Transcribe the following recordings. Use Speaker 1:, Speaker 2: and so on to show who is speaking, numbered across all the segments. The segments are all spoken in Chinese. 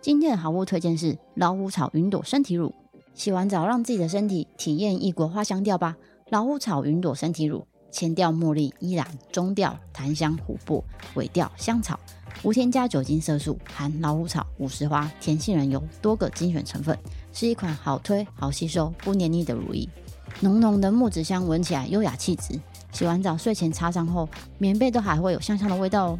Speaker 1: 今天的好物推荐是老虎草云朵身体乳。洗完澡让自己的身体体验异国花香调吧。老虎草云朵身体乳，前调茉莉、依兰，中调檀香、琥珀，尾调香草，无添加酒精色素，含老虎草、五十花、甜杏仁油多个精选成分，是一款好推、好吸收、不黏腻的乳液。浓浓的木质香闻起来优雅气质。洗完澡睡前擦上后，棉被都还会有香香的味道哦。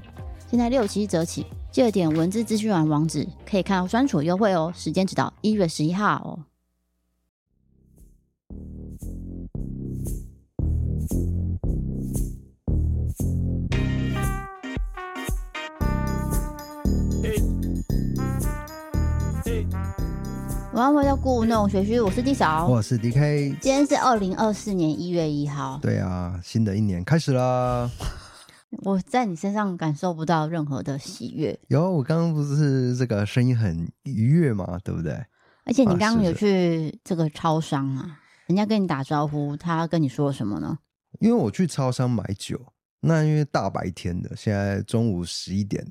Speaker 1: 现在六七折起，记得点文字资讯栏网址，可以看到专属优惠哦。时间只到一月十一号哦。我要回到故弄玄虚，我是地嫂，
Speaker 2: 我是 DK。
Speaker 1: 今天是二零二四年一月一号，
Speaker 2: 对啊，新的一年开始啦。
Speaker 1: 我在你身上感受不到任何的喜悦，
Speaker 2: 有，我刚刚不是这个声音很愉悦嘛，对不对？
Speaker 1: 而且你
Speaker 2: 啊
Speaker 1: 刚刚
Speaker 2: 是
Speaker 1: 有
Speaker 2: 是
Speaker 1: 去这个超商啊，人家跟你打招呼，他跟你说什么呢？
Speaker 2: 因为我去超商买酒，那因为大白天的，现在中午十一点，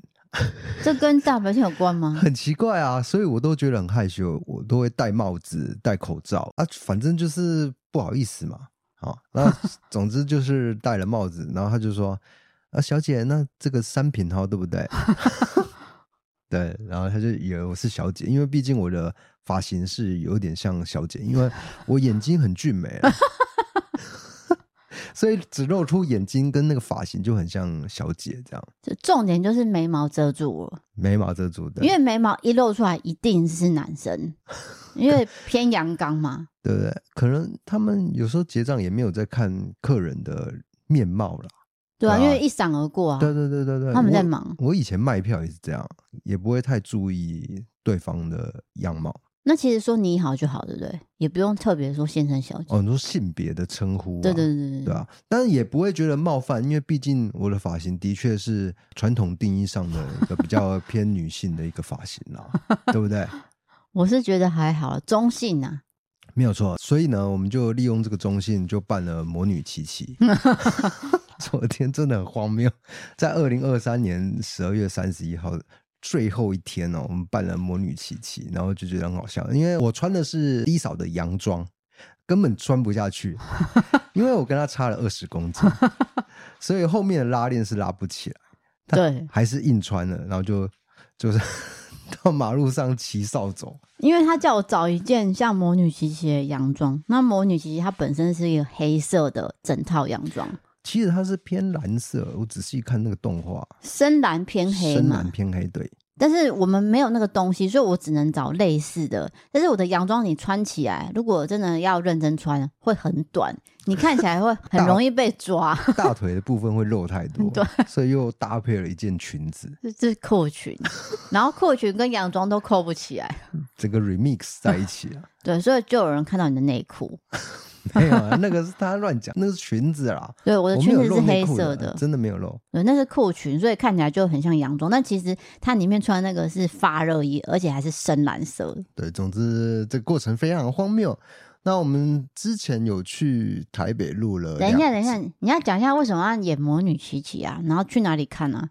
Speaker 1: 这跟大白天有关吗？
Speaker 2: 很奇怪啊，所以我都觉得很害羞，我都会戴帽子、戴口罩啊，反正就是不好意思嘛。好、那 总之就是戴了帽子，然后他就说：“啊，小姐，那这个三品号对不对？” 对，然后他就以为我是小姐，因为毕竟我的发型是有点像小姐，因为我眼睛很俊美啊 所以只露出眼睛跟那个发型就很像小姐这样，
Speaker 1: 这重点就是眉毛遮住了，
Speaker 2: 眉毛遮住的，
Speaker 1: 因为眉毛一露出来一定是男生，因为偏阳刚嘛。
Speaker 2: 对不对？可能他们有时候结账也没有在看客人的面貌啦。
Speaker 1: 对啊，
Speaker 2: 对啊
Speaker 1: 因为一闪而过啊。
Speaker 2: 对对对对对，
Speaker 1: 他们在
Speaker 2: 我
Speaker 1: 忙
Speaker 2: 我以前卖票也是这样，也不会太注意对方的样貌
Speaker 1: 那其实说你好就好，对不对？也不用特别说先生小姐。
Speaker 2: 哦，你说性别的称呼、啊，
Speaker 1: 对对对对
Speaker 2: 对啊，但也不会觉得冒犯，因为毕竟我的发型的确是传统定义上的一个比较偏女性的一个发型啦，对不对？
Speaker 1: 我是觉得还好，中性啊。
Speaker 2: 没有错，所以呢，我们就利用这个中性，就办了魔女琪琪。昨天真的很荒谬，在二零二三年十二月三十一号最后一天哦，我们办了魔女琪琪，然后就觉得很好笑，因为我穿的是低嫂的洋装，根本穿不下去，因为我跟她差了二十公斤，所以后面的拉链是拉不起来。他
Speaker 1: 对，
Speaker 2: 还是硬穿了，然后就就是 到马路上骑扫帚。
Speaker 1: 因为他叫我找一件像魔女琪琪的洋装，那魔女琪琪它本身是一个黑色的整套洋装，
Speaker 2: 其实它是偏蓝色，我仔细看那个动画，
Speaker 1: 深蓝偏黑
Speaker 2: 深
Speaker 1: 嘛
Speaker 2: 蓝。偏黑，对，
Speaker 1: 但是我们没有那个东西，所以我只能找类似的。但是我的洋装你穿起来，如果真的要认真穿，会很短，你看起来会很
Speaker 2: 大
Speaker 1: 容易被 抓。，
Speaker 2: 大腿的部分会露太多
Speaker 1: 对，
Speaker 2: 所以又搭配了一件裙子，
Speaker 1: 这这是扣裙，然后扣裙跟洋装都扣不起来，
Speaker 2: 整个 remix 在一起 啊，
Speaker 1: 对，所以就有人看到你的内裤。
Speaker 2: 没有啊，那个是他乱讲，那是裙子啦，
Speaker 1: 对，我的
Speaker 2: 没
Speaker 1: 裙
Speaker 2: 有
Speaker 1: 子是
Speaker 2: 露内
Speaker 1: 黑
Speaker 2: 裤
Speaker 1: 色
Speaker 2: 的
Speaker 1: 的，
Speaker 2: 真的没有露，
Speaker 1: 对，那是裤裙，所以看起来就很像洋装，但其实它里面穿那个是发热衣，而且还是深蓝色的。
Speaker 2: 对，总之这个过程非常荒谬。那我们之前有去台北录了，
Speaker 1: 等一下，等一下，，你要讲一下为什么要演魔女琪琪啊？然后去哪里看啊？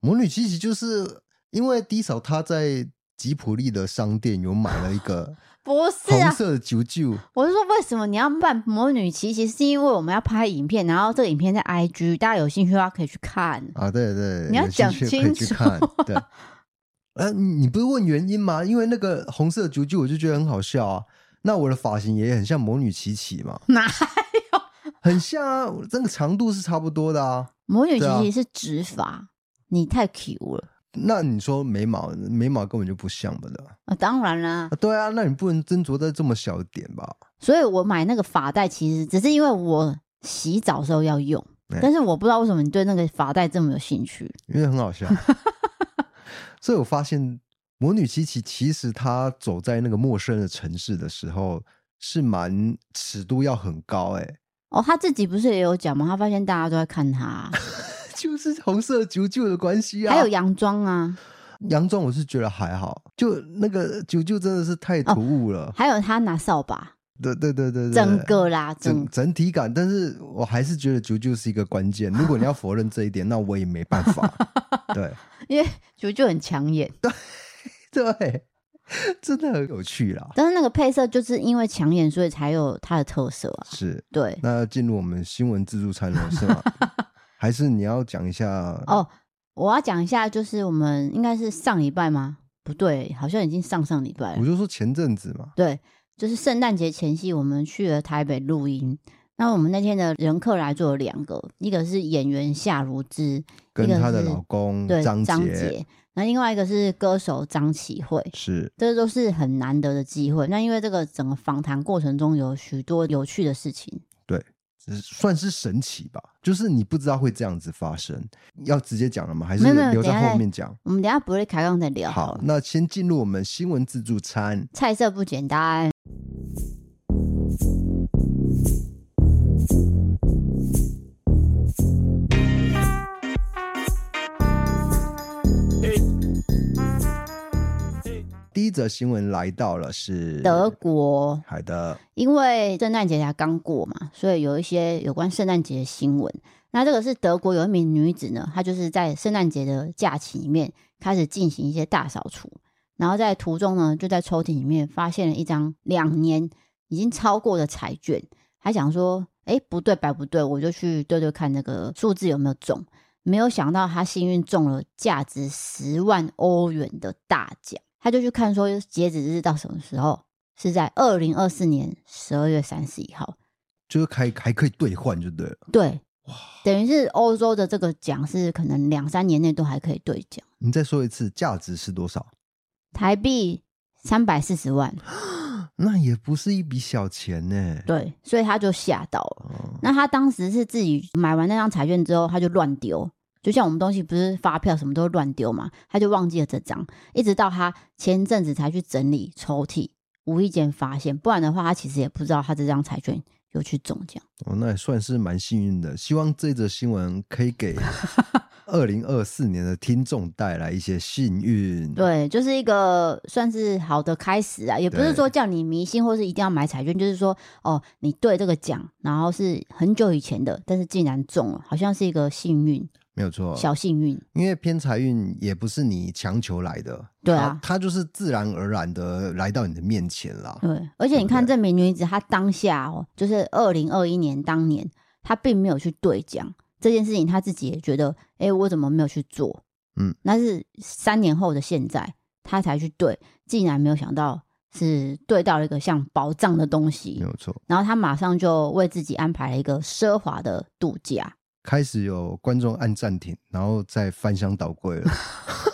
Speaker 2: 魔女琪琪就是因为低嫂她在吉普力的商店有买了一个
Speaker 1: 不是
Speaker 2: 红
Speaker 1: 啊，
Speaker 2: 色的啾啾，
Speaker 1: 我是说为什么你要扮魔女琪琪？是因为我们要拍影片，然后这个影片在 IG，大家有兴趣的话可以去看。
Speaker 2: 啊，对对，
Speaker 1: 你要
Speaker 2: 有兴
Speaker 1: 讲
Speaker 2: 趣
Speaker 1: 清
Speaker 2: 可以去
Speaker 1: 楚
Speaker 2: 看， 对。呃，你不是问原因吗？因为那个红色的啾啾，我就觉得很好笑啊。那我的发型也很像魔女琪琪嘛，
Speaker 1: 哪
Speaker 2: 很像啊，我这个长度是差不多的啊。
Speaker 1: 魔女琪
Speaker 2: 对啊
Speaker 1: 琪是直发，你太 Q 了
Speaker 2: 那你说眉毛，眉毛根本就不像吧的、
Speaker 1: 啊！当然啦
Speaker 2: 啊，对啊，那你不能斟酌在这么小的点吧？
Speaker 1: 所以我买那个发带，其实只是因为我洗澡的时候要用
Speaker 2: 哎，
Speaker 1: 但是我不知道为什么 你对那个发带这么有兴趣。
Speaker 2: 因为很好笑。所以我发现魔女琪琪其实她走在那个陌生的城市的时候，是蛮尺度要很高、欸，哎，
Speaker 1: 哦，他自己不是也有讲吗？他发现大家都在看 他，啊
Speaker 2: 就是红色啾啾的关系啊。
Speaker 1: 还有洋装啊，
Speaker 2: 洋装，我是觉得还好，就那个啾啾真的是太突兀了。
Speaker 1: 还有他拿扫把，
Speaker 2: 对对对对对，
Speaker 1: 整个嗯啦，
Speaker 2: 整
Speaker 1: 整
Speaker 2: 整体感，但是我还是觉得啾啾是一个关键。如果你要否认这一点，那我也没办 法。对
Speaker 1: 因为就就很抢眼，
Speaker 2: 对，真的很有趣啦。
Speaker 1: 但是那个配色就是因为抢眼，所以才有它的特色啊。
Speaker 2: 是，
Speaker 1: 对，
Speaker 2: 那要进入我们新闻自助餐了，是吗？还是你要讲一下？
Speaker 1: 哦，我要讲一下，就是我们应该是上礼拜吗？不对，好像已经上上礼拜
Speaker 2: 我
Speaker 1: 了。
Speaker 2: 就说前阵子嘛，
Speaker 1: 对，就是圣诞节前夕，我们去了台北录音。那我们那天的人客来做了两个，一个是演员夏如芝，
Speaker 2: 跟
Speaker 1: 一个
Speaker 2: 她的
Speaker 1: 是
Speaker 2: 老公
Speaker 1: 对，
Speaker 2: 张杰
Speaker 1: 杰，那另外一个是歌手张启慧，
Speaker 2: 是
Speaker 1: 这都是很难得的机会。那因为这个整个访谈过程中有许多有趣的事情，
Speaker 2: 只是算是神奇吧，就是你不知道会这样子发生。要直接讲了吗？还是
Speaker 1: 没有没有
Speaker 2: 留
Speaker 1: 等一下
Speaker 2: 在后
Speaker 1: 再
Speaker 2: 面讲？
Speaker 1: 我们等一下不会开杠再聊好
Speaker 2: 好
Speaker 1: 了，。
Speaker 2: 那先进入我们新闻自助餐。
Speaker 1: 菜色不简单。
Speaker 2: 第一则新闻来到了是
Speaker 1: 德国
Speaker 2: 海的，
Speaker 1: 因为圣诞节才刚过嘛，所以有一些有关圣诞节的新闻。那这个是德国有一名女子呢，她就是在圣诞节的假期里面开始进行一些大扫除，然后在途中呢，就在抽屉里面发现了一张两年已经超过的彩券，还想说，哎，不对，白不对，我就去对对看那个数字有没有中。没有想到她幸运中了价值十万欧元的大奖，她就去看说截止日到什么时候，是在二零二四年十二月三十一号。
Speaker 2: 就是还还可以兑换，就哦对了。
Speaker 1: 对，等于是欧洲的这个奖是可能两三年内都还可以兑奖，
Speaker 2: 你再说一次，价值是多少？
Speaker 1: 台币三百四十万。
Speaker 2: 那也不是一笔小钱呢。
Speaker 1: 对，所以他就吓到了。
Speaker 2: 哦，
Speaker 1: 那他当时是自己买完那张彩券之后，他就乱丢。就像我们东西不是发票什么都乱丢嘛，他就忘记了这张，一直到他前阵子才去整理抽屉，无意间发现，不然的话他其实也不知道他这张彩券有去中奖。
Speaker 2: 哦，那也算是蛮幸运的。希望这则新闻可以 给二零二四年的听众带来一些幸运。，
Speaker 1: 对，就是一个算是好的开始啊，也不是说叫你迷信或是一定要买彩券，就是说哦，你对这个奖，然后是很久以前的，但是竟然中了，好像是一个幸运，
Speaker 2: 没有错。
Speaker 1: 小幸运。
Speaker 2: 因为偏财运也不是你强求来的，
Speaker 1: 对啊
Speaker 2: 它它就是自然而然的来到你的面前啦。
Speaker 1: 对，而且
Speaker 2: 对
Speaker 1: 你
Speaker 2: 不
Speaker 1: 看
Speaker 2: 对
Speaker 1: 这名女子，她当下哦，就是二零二一年当年，她并没有去兑奖这件事情，她自己也觉得，哎，我怎么没有去做？
Speaker 2: 嗯，
Speaker 1: 那是三年后的现在，她才去兑，竟然没有想到是兑到了一个像宝藏的东西。
Speaker 2: 没有错。
Speaker 1: 然后他马上就为自己安排了一个奢华的度假。
Speaker 2: 开始有观众按暂停，然后再翻箱倒柜了。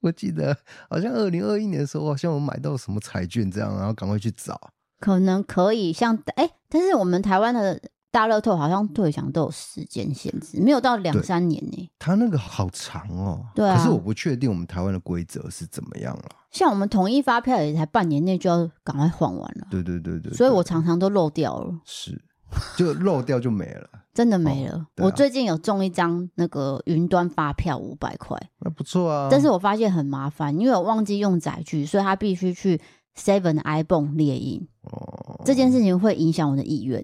Speaker 2: 我记得好像二零二一年的时候，好像我买到什么彩券这样，然后赶快去找。
Speaker 1: 可能可以像哎，但是我们台湾的大乐透好像兑奖都有时间限制，没有到两
Speaker 2: 对
Speaker 1: 三年呢。
Speaker 2: 它那个好长哦，
Speaker 1: 对啊
Speaker 2: 可是我不确定我们台湾的规则是怎么样了。
Speaker 1: 像我们统一发票也才半年内就要赶快换完了，
Speaker 2: 对对对对，
Speaker 1: 所以
Speaker 2: 对
Speaker 1: 我常常都漏掉了，
Speaker 2: 是就漏掉就没了，
Speaker 1: 真的没了。
Speaker 2: 对啊
Speaker 1: 我最近有中一张那个云端发票五百块，
Speaker 2: 那不错啊。
Speaker 1: 但是我发现很麻烦，因为我忘记用载具，所以他必须去 Seven iPhone 列印，
Speaker 2: 哦
Speaker 1: 这件事情会影响我的意愿。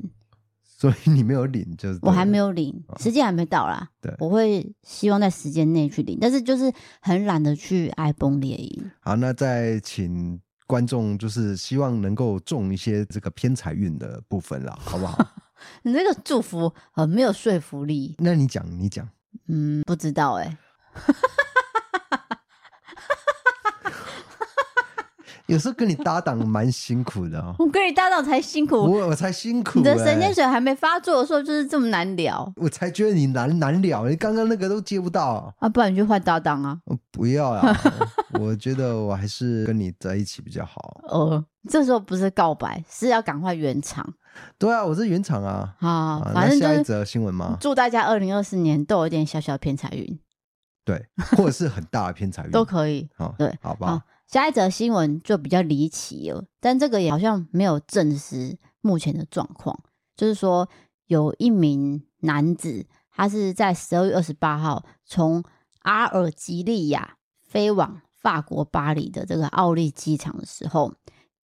Speaker 2: 所以你没有领，就是
Speaker 1: 我还没
Speaker 2: 有
Speaker 1: 有领，时间还没到啦。
Speaker 2: 啊对
Speaker 1: 我会希望在时间内去领，但是就是很懒得去 iPhone 猎鹰。
Speaker 2: 好。那再请观众就是希望能够中一些这个偏财运的部分啦，好不好？
Speaker 1: 你这个祝福很没有说服力，
Speaker 2: 那你讲，你讲。
Speaker 1: 嗯，不知道哎、
Speaker 2: 有时候跟你搭档蛮辛
Speaker 1: ，
Speaker 2: 苦的哦
Speaker 1: 我跟你搭档才辛苦，
Speaker 2: 我我才辛苦、欸，
Speaker 1: 你的神仙水还没发作的时候就是这么难聊
Speaker 2: 我才觉得你难难了，你刚刚那个都接不到，
Speaker 1: 啊，不然你就换搭档啊。
Speaker 2: 哦不要 啦，我觉得我还是跟你在一起比较好。
Speaker 1: 呃，这时候不是告白，是要赶快圆场
Speaker 2: 对啊，我是原厂啊，
Speaker 1: 啊
Speaker 2: 啊，
Speaker 1: 反正
Speaker 2: 那下一
Speaker 1: 就是
Speaker 2: 则新闻吗？嗯
Speaker 1: 祝大家二零二四年都有一点小小偏财运
Speaker 2: 对，或者是很大的偏财运
Speaker 1: 都可以。
Speaker 2: 好，
Speaker 1: 对
Speaker 2: 好吧
Speaker 1: 好，，下一则新闻就比较离奇了，但这个也好像没有证实目前的状况。就是说，有一名男子，他是在十二月二十八号从阿尔及利亚飞往法国巴黎的这个奥利机场的时候，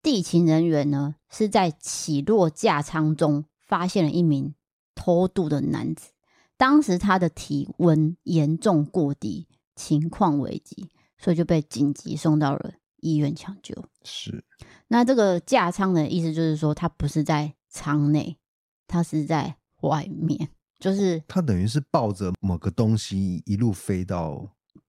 Speaker 1: 地勤人员呢是在起落架舱中发现了一名偷渡的男子，当时他的体温严重过低，情况危急。所以就被紧急送到了医院抢救。
Speaker 2: 是
Speaker 1: 那这个架舱的意思就是说，它不是在舱内，它是在外面，就是
Speaker 2: 他等于是抱着某个东西一路飞到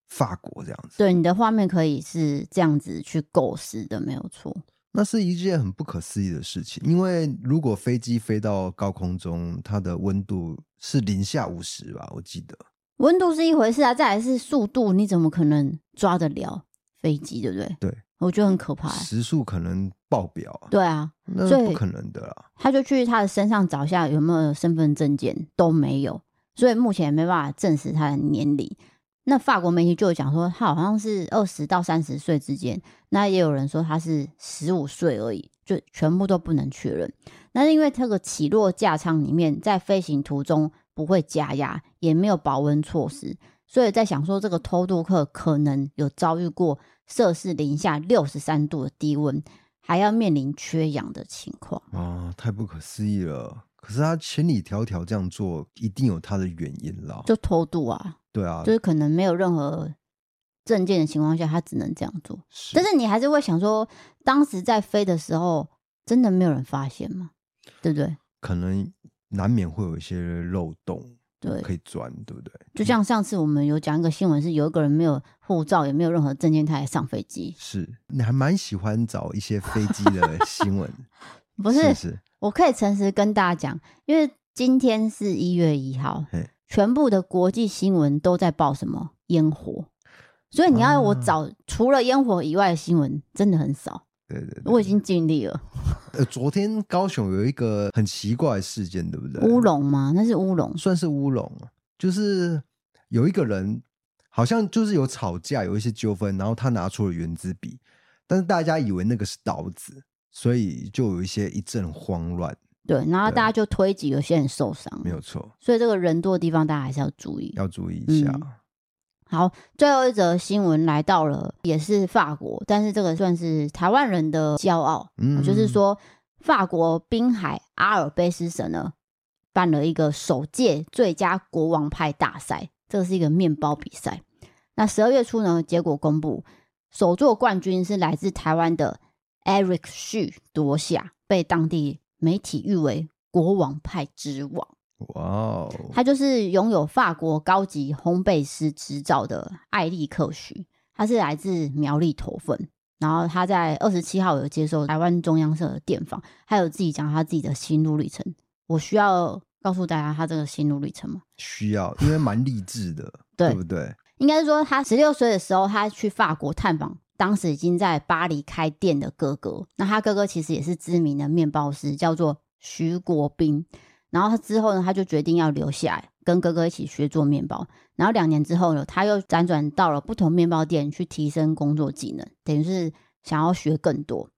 Speaker 2: 法国这样子。
Speaker 1: 对你的画面可以是这样子去构思的，没有错。
Speaker 2: 那是一件很不可思议的事情，因为如果飞机飞到高空中，它的温度是零下五十吧，我记得。
Speaker 1: 温度是一回事啊，再来是速度，你怎么可能抓得了飞机，对不对？
Speaker 2: 对，
Speaker 1: 我觉得很可怕欸、
Speaker 2: 时速可能爆表啊，
Speaker 1: 对啊，
Speaker 2: 那
Speaker 1: 所以
Speaker 2: 不可能的啦。
Speaker 1: 他就去他的身上找一下有没有身份证件，都没有，所以目前没办法证实他的年龄。那法国媒体就有讲说，他好像是二十到三十岁之间，那也有人说他是十五岁而已，就全部都不能确认。那是因为这个起落架舱里面，在飞行途中不会加压，也没有保温措施，所以在想说这个偷渡客可能有遭遇过摄氏零下六十三度的低温，还要面临缺氧的情况。
Speaker 2: 啊，太不可思议了！可是他千里迢迢这样做，一定有他的原因啦。
Speaker 1: 就偷渡啊，
Speaker 2: 对啊，
Speaker 1: 就是可能没有任何证件的情况下，他只能这样做。
Speaker 2: 是
Speaker 1: 但是你还是会想说，当时在飞的时候，真的没有人发现吗？对不对？
Speaker 2: 可能难免会有一些漏洞可
Speaker 1: 对，
Speaker 2: 以钻，对不对？
Speaker 1: 就像上次我们有讲一个新闻，是有一个人没有护照，也没有任何证件，他也上飞机。
Speaker 2: 是，你还蛮喜欢找一些飞机的新闻，
Speaker 1: 不
Speaker 2: 是
Speaker 1: 是，
Speaker 2: 是
Speaker 1: 我可以诚实跟大家讲，因为今天是一月一号
Speaker 2: 嘿，
Speaker 1: 全部的国际新闻都在报什么烟火，所以你要我
Speaker 2: 啊
Speaker 1: 找除了烟火以外的新闻，真的很少。
Speaker 2: 对对对。
Speaker 1: 我已经尽力了。
Speaker 2: 呃，昨天高雄有一个很奇怪的事件，对不对？
Speaker 1: 乌龙吗？那是乌龙，
Speaker 2: 算是乌龙，啊就是有一个人好像就是有吵架，有一些纠纷，然后他拿出了圆珠笔，但是大家以为那个是刀子，所以就有一些一阵慌乱，
Speaker 1: 对，然后
Speaker 2: 对
Speaker 1: 大家就推挤，有些人受伤，
Speaker 2: 没有，错，
Speaker 1: 所以这个人多的地方大家还是要注意。
Speaker 2: 要注意一下。
Speaker 1: 嗯好，最后一则新闻来到了，也是法国，但是这个算是台湾人的骄傲，
Speaker 2: 嗯
Speaker 1: 就是说法国滨海阿尔卑斯省呢办了一个首届最佳国王派大赛，这个是一个面包比赛。那十二月初呢，结果公布，首座冠军是来自台湾的 Eric Xu 夺下，被当地媒体誉为国王派之王。
Speaker 2: 哇哦，
Speaker 1: 他就是拥有法国高级烘焙师执照的艾利克许，他是来自苗栗头份。然后他在二十七号有接受台湾中央社的电访，还有自己讲他自己的心路历程。我需要告诉大家他这个心路历程吗？
Speaker 2: 需要，因为蛮励志的，
Speaker 1: 对
Speaker 2: 不对？
Speaker 1: 应该是说他十六岁的时候，他去法国探访当时已经在巴黎开店的哥哥。那他哥哥其实也是知名的面包师，叫做徐国斌。然后他之后呢，他就决定要留下来跟哥哥一起学做面包。然后两年之后呢，他又辗转到了不同面包店去提升工作技能，等于是想要学更多。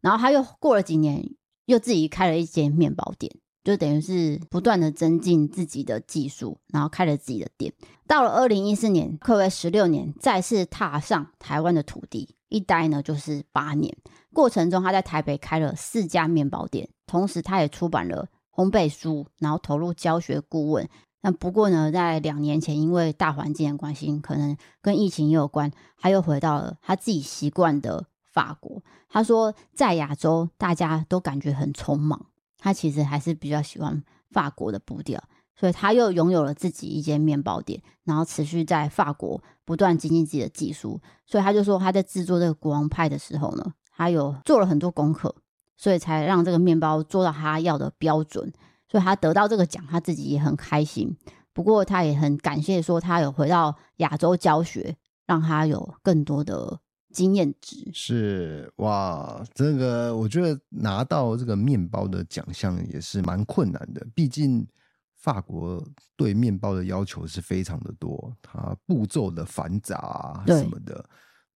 Speaker 1: 然后他又过了几年，又自己开了一间面包店，就等于是不断的增进自己的技术，然后开了自己的店。到了二零一四年，暌违十六年，再次踏上台湾的土地，一待呢就是八年。过程中，他在台北开了四家面包店，同时他也出版了烘焙书，然后投入教学顾问。那不过呢，在两年前，因为大环境的关系，可能跟疫情也有关，他又回到了他自己习惯的法国。他说，在亚洲大家都感觉很匆忙，他其实还是比较喜欢法国的步调。所以他又拥有了自己一间面包店，然后持续在法国不断精进自己的技术。所以他就说他在制作这个国王派的时候呢，他有做了很多功课，所以才让这个面包做到他要的标准。所以他得到这个奖，他自己也很开心。不过他也很感谢说他有回到亚洲教学，让他有更多的经验值。
Speaker 2: 是哇，这个我觉得拿到这个面包的奖项也是蛮困难的，毕竟法国对面包的要求是非常的多，它步骤的繁杂啊
Speaker 1: 对
Speaker 2: 什么的，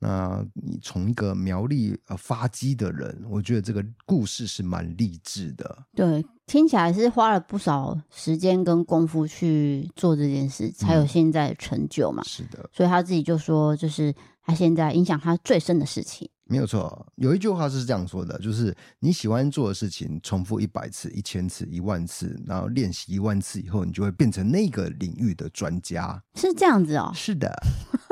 Speaker 2: 那你从一个苗栗呃发迹的人，我觉得这个故事是蛮励志的。
Speaker 1: 对，听起来是花了不少时间跟功夫去做这件事，才有
Speaker 2: 嗯
Speaker 1: 现在的成就嘛。
Speaker 2: 是的，
Speaker 1: 所以他自己就说，就是他现在影响他最深的事情。
Speaker 2: 没有错。有一句话是这样说的，就是你喜欢做的事情，重复一百次、一千次、一万次，然后练习一万次以后，你就会变成那个领域的专家。
Speaker 1: 是这样子哦，
Speaker 2: 是的，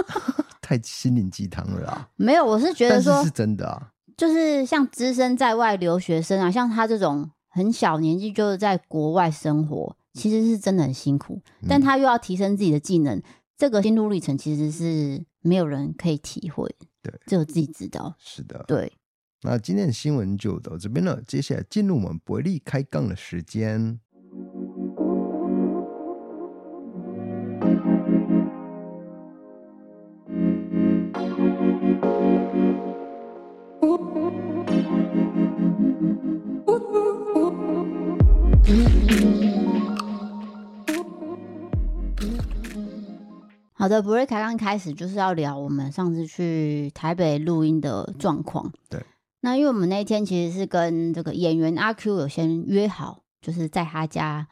Speaker 2: 太心灵鸡汤了啊！
Speaker 1: 没有，我是觉得
Speaker 2: 但是
Speaker 1: 说，
Speaker 2: 是真的啊，
Speaker 1: 就是像资深在外留学生啊，像他这种很小年纪就是在国外生活，其实是真的很辛苦，
Speaker 2: 嗯
Speaker 1: 但他又要提升自己的技能，这个心路历程其实是没有人可以体会，
Speaker 2: 对，
Speaker 1: 只有自己知道。
Speaker 2: 是的。
Speaker 1: 对，
Speaker 2: 那今天的新闻就到这边了，接下来进入我们伯利开杠的时间。
Speaker 1: 好的，博瑞凯刚开始就是要聊我们上次去台北录音的状况。
Speaker 2: 对，
Speaker 1: 那因为我们那一天其实是跟这个演员阿 Q 有先约好，就是在他家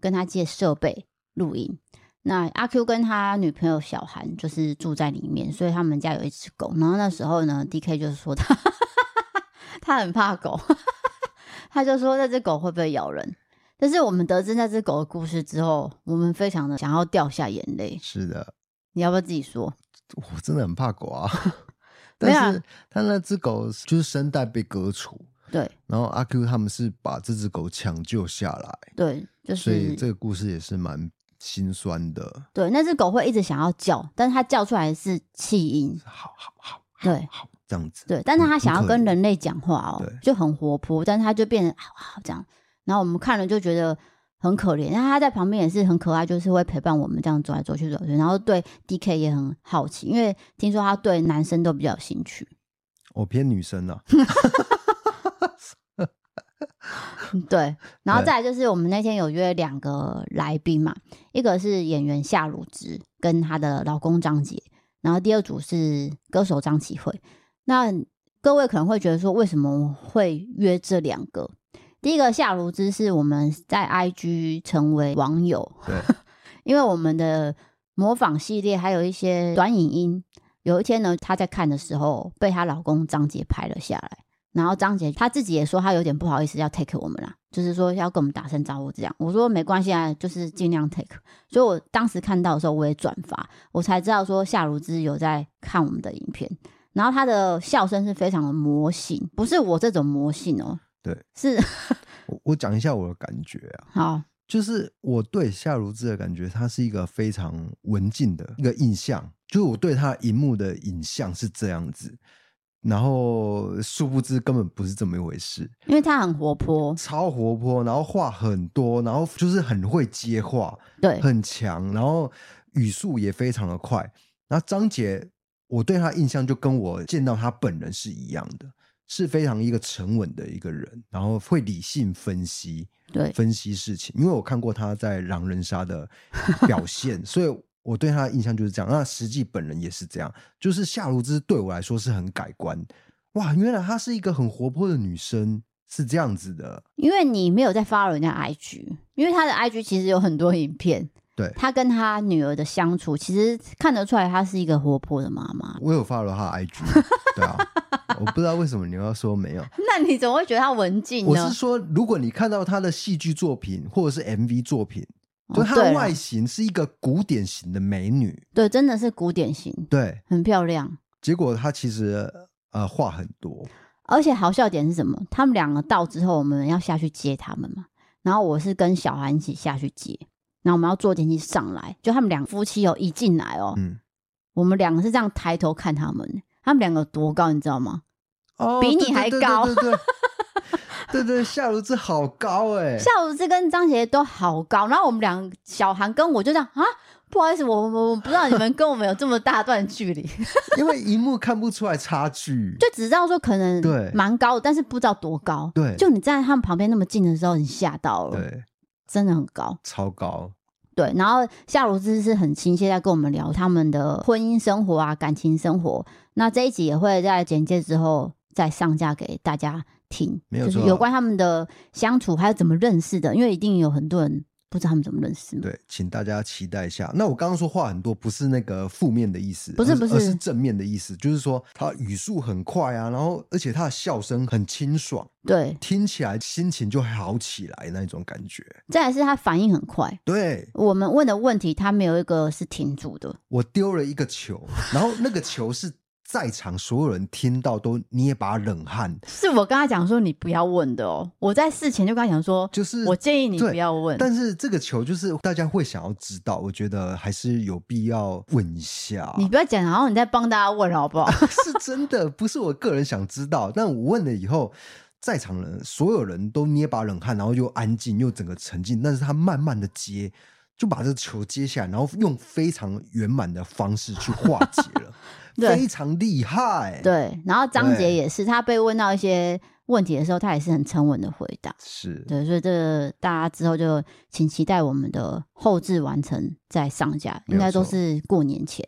Speaker 1: 跟他借设备录音。那阿 Q 跟他女朋友小韩就是住在里面，所以他们家有一只狗。然后那时候呢，D K 就是说他 他很怕狗， 他就说那只狗会不会咬人。但是我们得知那只狗的故事之后，我们非常的想要掉下眼泪。
Speaker 2: 是的，
Speaker 1: 你要不要自己说？
Speaker 2: 我真的很怕狗啊。
Speaker 1: 没有啊
Speaker 2: 但是他那只狗就是声带被割除，
Speaker 1: 对
Speaker 2: 然后阿 Q 他们是把这只狗抢救下来，
Speaker 1: 对，就
Speaker 2: 所以
Speaker 1: 是
Speaker 2: 这个故事也是蛮心酸的。
Speaker 1: 对那只狗会一直想要叫，但是它叫出来是气音，
Speaker 2: 好好好
Speaker 1: 对
Speaker 2: 好，这样子。
Speaker 1: 对，但是它想要
Speaker 2: 啊很可
Speaker 1: 跟
Speaker 2: 怜
Speaker 1: 人类讲话哦
Speaker 2: 对，
Speaker 1: 就很活泼，但是它就变得好好这样，然后我们看了就觉得。很可怜，那它在旁边也是很可爱，就是会陪伴我们这样走来走去走来走去，然后对 D K 也很好奇，因为听说他对男生都比较有兴趣。
Speaker 2: 我偏女生啊，
Speaker 1: 嗯对，然后
Speaker 2: 对
Speaker 1: 再来就是我们那天有约两个来宾嘛，一个是演员夏汝芝跟她的老公张杰，然后第二组是歌手张启慧。那各位可能会觉得说，为什么会约这两个？第一个夏汝芝是我们在 IG 成为网友，
Speaker 2: 对，
Speaker 1: 因为我们的模仿系列还有一些短影音，有一天呢，她在看的时候被她老公张杰拍了下来。然后张姐她自己也说，她有点不好意思要 take 我们啦，就是说要跟我们打声招呼这样。我说没关系啊，就是尽量 take。所以我当时看到的时候，我也转发，我才知道说夏如芝有在看我们的影片。然后她的笑声是非常的魔性，不是我这种魔性哦，
Speaker 2: 对，
Speaker 1: 是，
Speaker 2: 我我讲一下我的感觉啊
Speaker 1: 好
Speaker 2: 就是我对夏如芝的感觉，她是一个非常文静的一个印象，就是我对她荧幕的影像是这样子，然后殊不知根本不是这么一回事。
Speaker 1: 因为她很活泼，
Speaker 2: 超活泼，然后话很多，然后就是很会接话，
Speaker 1: 对
Speaker 2: 很强，然后语速也非常的快。然后张杰，我对他印象就跟我见到他本人是一样的，是非常一个沉稳的一个人，然后会理性分析
Speaker 1: 对
Speaker 2: 分析事情。因为我看过他在《狼人杀》的表现，所以我对他的印象就是这样。那实际本人也是这样，就是夏如芝对我来说是很改观。哇，原来她是一个很活泼的女生，是这样子的。
Speaker 1: 因为你没有在 follow 人家 IG，因为他的 IG 其实有很多影片，
Speaker 2: 对
Speaker 1: 他跟他女儿的相处，其实看得出来她是一个活泼的妈妈。
Speaker 2: 我有 follow 他的 IG，对啊，我不知道为什么你要说没有。
Speaker 1: 那你怎么会觉得她文静
Speaker 2: 我
Speaker 1: 呢
Speaker 2: 是？说，如果你看到他的戏剧作品或者是 MV 作品，
Speaker 1: 哦
Speaker 2: 就他
Speaker 1: 对
Speaker 2: 的
Speaker 1: 了
Speaker 2: 外形是一个古典型的美女，
Speaker 1: 对，真的是古典型，
Speaker 2: 对，
Speaker 1: 很漂亮。
Speaker 2: 结果她其实呃话很多，
Speaker 1: 而且好笑点是什么？他们两个到之后，我们要下去接他们嘛。然后我是跟小韩一起下去接，然后我们要坐电梯上来，就他们两夫妻哦一进来哦，
Speaker 2: 嗯，
Speaker 1: 我们两个是这样抬头看他们，他们两个有多高你知道吗？
Speaker 2: 哦，
Speaker 1: 比
Speaker 2: 对
Speaker 1: 你还
Speaker 2: 对对
Speaker 1: 高
Speaker 2: 对对对对对，夏如芝好 高哎、
Speaker 1: 夏午芝跟张杰都好高，然后我们两个小韩跟我就这样啊，不好意思，我我我不知道你们跟我们有这么大段距离，就
Speaker 2: 因为荧幕看不出来差距，
Speaker 1: 只知道说可能
Speaker 2: 对
Speaker 1: 蛮高的，但是不知道多高。
Speaker 2: 对
Speaker 1: 就你站在他们旁边那么近的时候，你吓到了，
Speaker 2: 对，
Speaker 1: 真的很高。
Speaker 2: 超高，
Speaker 1: 对，然后夏如芝是很亲切在跟我们聊他们的婚姻生活啊、感情生活，那这一集也会在简介之后再上架给大家听，
Speaker 2: 没有
Speaker 1: 就是
Speaker 2: 错
Speaker 1: 有关他们的相处还有怎么认识的，因为一定有很多人不知道他们怎么认识嘛。
Speaker 2: 对，请大家期待一下。那我刚刚说话很多，不是那个负面的意思，
Speaker 1: 不是
Speaker 2: 而
Speaker 1: 不是
Speaker 2: 而是正面的意思，就是说他语速很快啊，然后而且他的笑声很清爽，
Speaker 1: 对，
Speaker 2: 听起来心情就好起来那种感觉。
Speaker 1: 再来是他反应很快，
Speaker 2: 对
Speaker 1: 我们问的问题他没有一个是停住的，
Speaker 2: 我丢了一个球，然后那个球是在场所有人听到都捏把冷汗，
Speaker 1: 是我跟他讲说你不要问的哦，我在事前就跟他讲说，
Speaker 2: 就是
Speaker 1: 我建议你
Speaker 2: 对
Speaker 1: 不要问，
Speaker 2: 但是这个球就是大家会想要知道，我觉得还是有必要问一下。
Speaker 1: 你不要讲，然后你再帮大家问好不好？，
Speaker 2: 是真的，不是我个人想知道。但我问了以后，在场人所有人都捏把冷汗，然后又安静，又整个沉静。但是他慢慢的接，就把这球接下来，然后用非常圆满的方式去化解了
Speaker 1: 对
Speaker 2: 非常厉害。，
Speaker 1: 对，然后张杰
Speaker 2: 对
Speaker 1: 也是，他被问到一些问题的时候，他也是很沉稳的回答。
Speaker 2: 是，
Speaker 1: 对，所以这个大家之后就请期待我们的后置完成再上架，
Speaker 2: 没有
Speaker 1: 应该都
Speaker 2: 错
Speaker 1: 是过年前。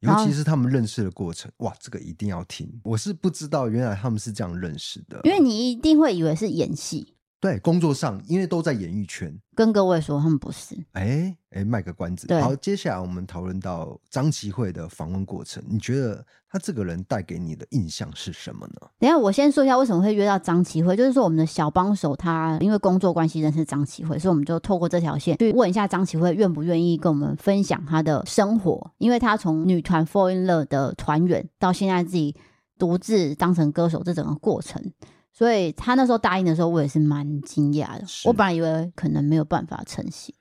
Speaker 2: 尤
Speaker 1: 然后
Speaker 2: 其是他们认识的过程，哇，这个一定要听。我是不知道原来他们是这样认识的，
Speaker 1: 因为你一定会以为是演戏，
Speaker 2: 对工作上，因为都在演艺圈。
Speaker 1: 跟各位说他们不是。
Speaker 2: 哎哎，卖个关子
Speaker 1: 对。
Speaker 2: 好，接下来我们讨论到张琪慧的访问过程，你觉得他这个人带给你的印象是什么呢？
Speaker 1: 等一下我先说一下为什么会约到张琪慧，就是说我们的小帮手他因为工作关系认识张琪慧，所以我们就透过这条线去问一下张琪慧愿不愿意跟我们分享她的生活，因为她从女团 Fall in Love 的团员到现在自己独自当成歌手这整个过程。所以她那时候答应的时候，我也是蛮惊讶的。
Speaker 2: 是
Speaker 1: 我本来以为可能没有办法成型，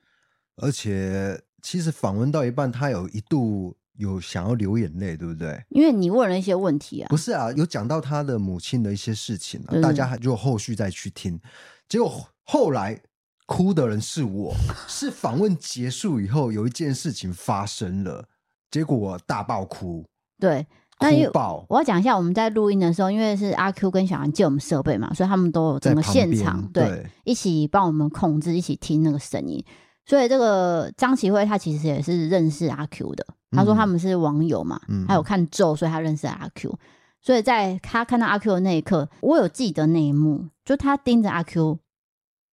Speaker 2: 而且，其实访问到一半，他有一度有想要流眼泪，对不对？
Speaker 1: 因为你问了一些问题啊
Speaker 2: 不，是啊，有讲到他的母亲的一些事情啊，
Speaker 1: 对
Speaker 2: 大家还就后续再去听。结果后后来哭的人是我，是访问结束以后有一件事情发生了，结果我大爆哭，
Speaker 1: 对，那因为
Speaker 2: 哭爆。
Speaker 1: 我要讲一下，我们在录音的时候，因为是阿 Q 跟小韩借我们设备嘛，所以他们都有整
Speaker 2: 在
Speaker 1: 个
Speaker 2: 旁
Speaker 1: 现
Speaker 2: 边
Speaker 1: 场对
Speaker 2: 对，
Speaker 1: 一起帮我们控制，一起听那个声音。所以这个张琪慧她其实也是认识阿 Q 的，她说他们是网友嘛，
Speaker 2: 嗯
Speaker 1: 还有看咒，所以她认识阿 Q。所以在她看到阿 Q 的那一刻，我有记得那一幕，就她盯着阿 Q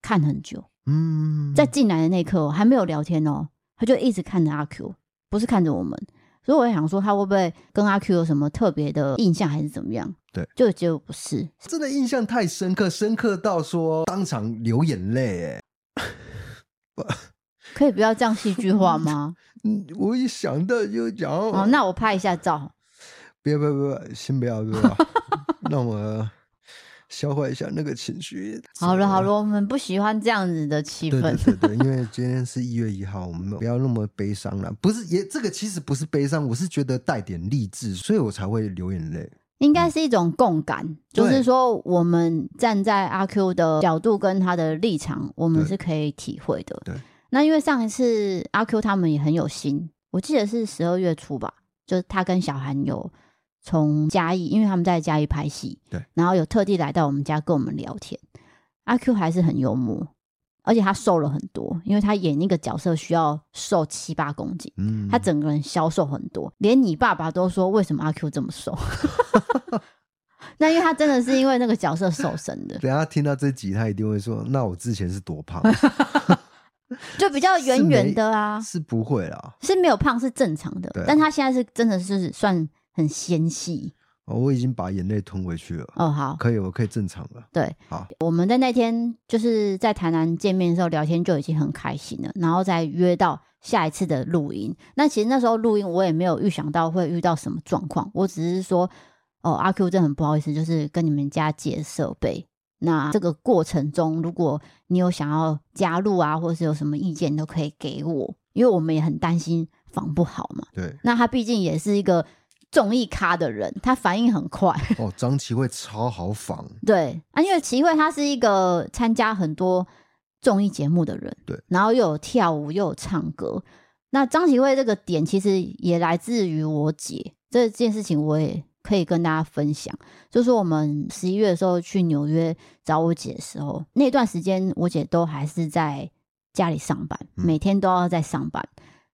Speaker 1: 看很久，
Speaker 2: 嗯，
Speaker 1: 在进来的那一刻、哦、还没有聊天哦，他就一直看着阿 Q，不是看着我们。所以我也想说，他会不会跟阿 Q 有什么特别的印象，还是怎么样？
Speaker 2: 对，
Speaker 1: 就结果不是。
Speaker 2: 真的印象太深刻，深刻到说当场流眼泪。哎，
Speaker 1: 可以不要这样戏剧化 吗？
Speaker 2: 嗯，我一想到就讲，
Speaker 1: 哦，那我拍一下照。
Speaker 2: 别别别，先不要，不 要，让我消化一下那个情绪。
Speaker 1: 好了好了，，我们不喜欢这样子的气
Speaker 2: 对对
Speaker 1: 氛。
Speaker 2: 对对，因为今天是一月一号，我们不要那么悲伤了。不是，也这个其实不是悲伤，我是觉得带点励志，所以我才会流眼泪。
Speaker 1: 应该是一种共
Speaker 2: 嗯
Speaker 1: 感，就是
Speaker 2: 对
Speaker 1: 说我们站在阿 Q 的角度跟他的立场，我们
Speaker 2: 对
Speaker 1: 是可以体会的。
Speaker 2: 对，
Speaker 1: 那因为上一次阿 Q 他们也很有心，我记得是十二月初吧，就是他跟小韩有从嘉义，因为他们在嘉义拍戏，
Speaker 2: 对，
Speaker 1: 然后有特地来到我们家跟我们聊天。阿 Q 还是很幽默，而且他瘦了很多，因为他演一个角色需要瘦七八公斤。
Speaker 2: 嗯，
Speaker 1: 他整个人消瘦很多，连你爸爸都说为什么阿 Q 这么瘦？ 那因为他真的是因为那个角色瘦身的，
Speaker 2: 等一下听到这集，他一定会说：“那我之前是 多胖，
Speaker 1: 就比较圆圆的啊？”
Speaker 2: 是不会啦，
Speaker 1: 是没有胖是正常的
Speaker 2: 对啊，
Speaker 1: 但他现在是真的是算很纤细
Speaker 2: 哦我已经把眼泪吞回去了。
Speaker 1: 哦。好，
Speaker 2: 可以，我可以正常了。
Speaker 1: 对，
Speaker 2: 好，
Speaker 1: 我们在那天就是在台南见面的时候聊天就已经很开心了，然后再约到下一次的录音。那其实那时候录音我也没有预想到会遇到什么状况，我只是说，哦，阿 Q 真的很不好意思，就是跟你们家借设备。那这个过程中，如果你有想要加入啊，或是有什么意见，都可以给我，因为我们也很担心防不好嘛。
Speaker 2: 对，
Speaker 1: 那他毕竟也是一个综艺咖的人，他反应很快。
Speaker 2: 哦，张琪慧超好仿，
Speaker 1: 对啊，因为齐慧他是一个参加很多综艺节目的人，
Speaker 2: 对，
Speaker 1: 然后又有跳舞又有唱歌。那张琪慧这个点其实也来自于我姐这件事情，我也可以跟大家分享。就是我们十一月的时候去纽约找我姐的时候，那段时间我姐都还是在家里上班，
Speaker 2: 嗯
Speaker 1: 每天都要在上班。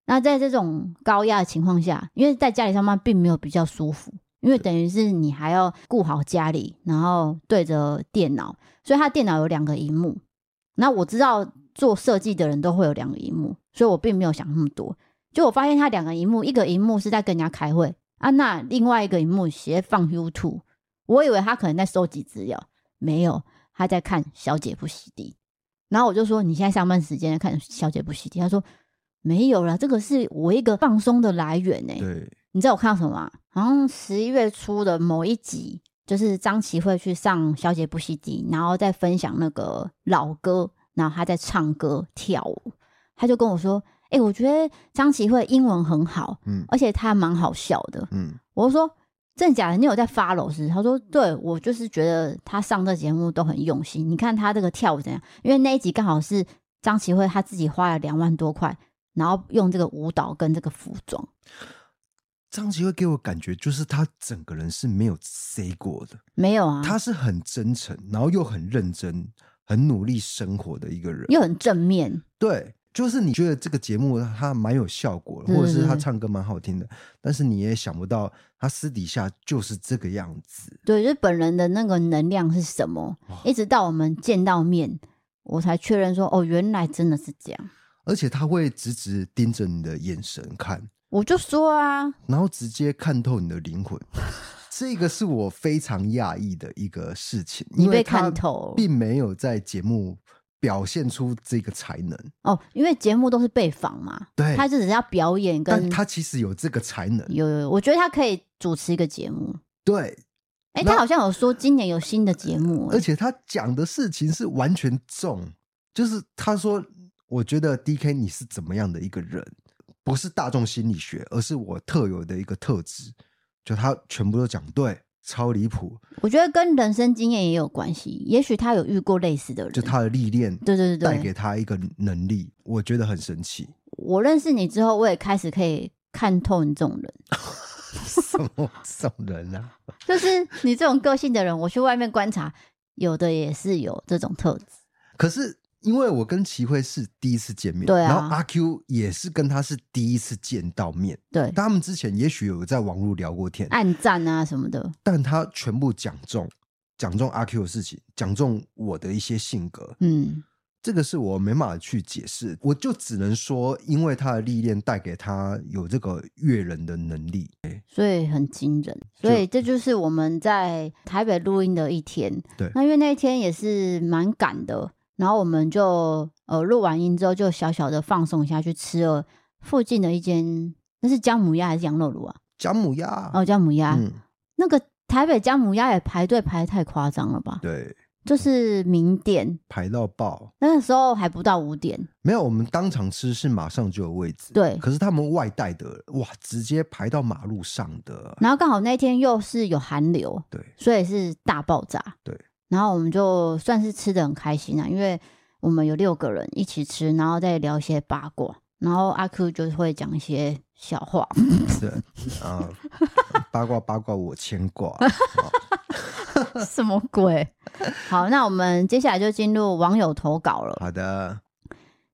Speaker 1: 那在这种高压的情况下，因为在家里上班并没有比较舒服，因为等于是你还要顾好家里，然后对着电脑，所以他电脑有两个荧幕。那我知道做设计的人都会有两个荧幕，所以我并没有想那么多。就我发现他两个荧幕，一个荧幕是在跟人家开会啊，那另外一个荧幕斜放 YouTube，我以为他可能在收集资料，没有，他在看《小姐不洗地》。然后我就说：“你现在上班时间看《小姐不洗地》？”他说：“没有啦，这个是我一个放松的来源欸呢、
Speaker 2: 对，
Speaker 1: 你知道我看到什么吗？好像十一月初的某一集，就是张琪慧去上《小姐不洗地》，然后再分享那个老歌，然后她在唱歌跳舞，他就跟我说：“哎、我觉得张琪慧英文很好，
Speaker 2: 嗯
Speaker 1: 而且她蛮好笑的。
Speaker 2: 嗯，”
Speaker 1: 我就说：“真的假的？你有在 follow 是不是？”他说：“对，我就是觉得她上这节目都很用心。你看她这个跳舞怎样？因为那一集刚好是张琪慧她自己花了两万多块，然后用这个舞蹈跟这个服装。”
Speaker 2: 张琪会给我感觉就是他整个人是没有塞过的，
Speaker 1: 没有啊，
Speaker 2: 他是很真诚，然后又很认真、很努力生活的一个人。
Speaker 1: 又很正面，
Speaker 2: 对，就是你觉得这个节目他蛮有效果的，
Speaker 1: 对
Speaker 2: 或者是他
Speaker 1: 对
Speaker 2: 唱歌蛮好听的，但是你也想不到他私底下就是这个样子。
Speaker 1: 对，就是本人的那个能量是什么，一直到我们见到面，我才确认说，哦，原来真的是这样。
Speaker 2: 而且他会直直盯着你的眼神看，
Speaker 1: 我就说啊，
Speaker 2: 然后直接看透你的 灵魂。这个是我非常讶异的一个事情，
Speaker 1: 你
Speaker 2: 因为
Speaker 1: 被
Speaker 2: 他
Speaker 1: 看透了
Speaker 2: 并没有在节目表现出这个才能，
Speaker 1: 哦，因为节目都是被访嘛，
Speaker 2: 对，
Speaker 1: 他就只是要表演
Speaker 2: 但
Speaker 1: 跟
Speaker 2: 他其实有这个才能，
Speaker 1: 有有，有我觉得他可以主持一个节目。
Speaker 2: 对，
Speaker 1: 哎、
Speaker 2: 那
Speaker 1: 他好像有说今年有新的节目、欸
Speaker 2: 而且他讲的事情是完全中，就是他说，我觉得 D K 你是怎么样的一个人，不是大众心理学，而是我特有的一个特质，就他全部都讲对，超离谱，
Speaker 1: 我觉得跟人生经验也有关系，也许他有遇过类似的人。
Speaker 2: 就他的历练
Speaker 1: 对对
Speaker 2: 带
Speaker 1: 对
Speaker 2: 给
Speaker 1: 对，
Speaker 2: 他一个能力，我觉得很神奇。
Speaker 1: 我认识你之后，我也开始可以看透你这种人。
Speaker 2: 什么这种人啊？
Speaker 1: 就是你这种个性的人，我去外面观察，有的也是有这种特质。
Speaker 2: 可是因为我跟齐慧是第一次见面，
Speaker 1: 对啊
Speaker 2: 然后阿 Q 也是跟他是第一次见到面，
Speaker 1: 对，
Speaker 2: 他们之前也许有在网络聊过天，
Speaker 1: 暗战啊什么的，
Speaker 2: 但他全部讲中，讲中阿 Q 的事情，讲中我的一些性格，
Speaker 1: 嗯，
Speaker 2: 这个是我没办法去解释，我就只能说，因为他的历练带给他有这个阅人的能力，
Speaker 1: 所以很惊人。所以这就是我们在台北录音的一天。
Speaker 2: 对
Speaker 1: 那因为那一天也是蛮赶的，然后我们就呃录完音之后就小小的放松一下，去吃了附近的一间，那是姜母鸭还是羊肉炉啊？
Speaker 2: 姜母鸭，
Speaker 1: 哦，姜母鸭，
Speaker 2: 嗯，
Speaker 1: 那个台北姜母鸭也排队排得太夸张了吧？
Speaker 2: 对，
Speaker 1: 就是名店，
Speaker 2: 排到爆。
Speaker 1: 那时候还不到五点，
Speaker 2: 没有，我们当场吃是马上就有位置。
Speaker 1: 对
Speaker 2: 可是他们外带的，哇，直接排到马路上的。
Speaker 1: 然后刚好那天又是有寒流，
Speaker 2: 对，
Speaker 1: 所以是大爆炸。
Speaker 2: 对，
Speaker 1: 然后我们就算是吃的很开心啊，因为我们有六个人一起吃，然后再聊一些八卦，然后阿 Q 就会讲一些小话，
Speaker 2: 是啊、八卦八卦我牵 挂。啊
Speaker 1: 什么鬼？ 好，那我们接下来就进入网友投稿了。
Speaker 2: 好的，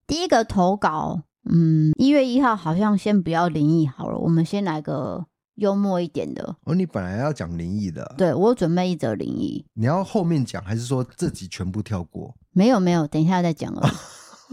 Speaker 1: 第一个投稿，嗯，一月一号好像先不要灵异好了，我们先来个幽默一点的。
Speaker 2: 哦，你本来要讲灵异的，
Speaker 1: 对我有准备一则灵异，
Speaker 2: 你要后面讲，还是说这集全部跳过，
Speaker 1: 没有没有，等一下再 讲了。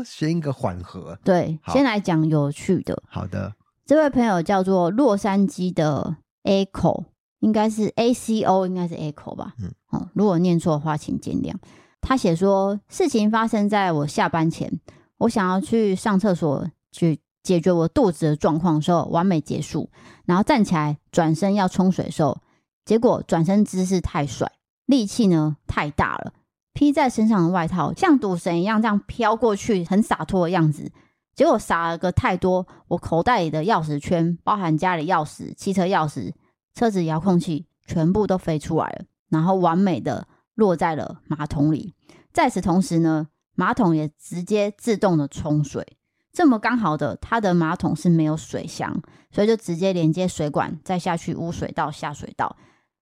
Speaker 2: 先一个缓和？
Speaker 1: 对，
Speaker 2: 好
Speaker 1: 先来讲有趣的。
Speaker 2: 好的，
Speaker 1: 这位朋友叫做洛杉矶的 Echo，应该是 A C O，应该是 Echo 吧？
Speaker 2: 嗯
Speaker 1: 嗯，哦，如果念错的话，请见谅。他写说，事情发生在我下班前，我想要去上厕所去解决我肚子的状况的时候，完美结束，然后站起来转身要冲水的时候，结果转身姿势太帅，力气呢太大了，披在身上的外套像赌神一样这样飘过去，很洒脱的样子，结果撒了个太多，我口袋里的钥匙圈，包含家里钥匙、汽车钥匙、车子遥控器，全部都飞出来了，然后完美的落在了马桶里。在此同时呢，马桶也直接自动的冲水。这么刚好的，它的马桶是没有水箱，所以就直接连接水管，再下去污水道、下水道。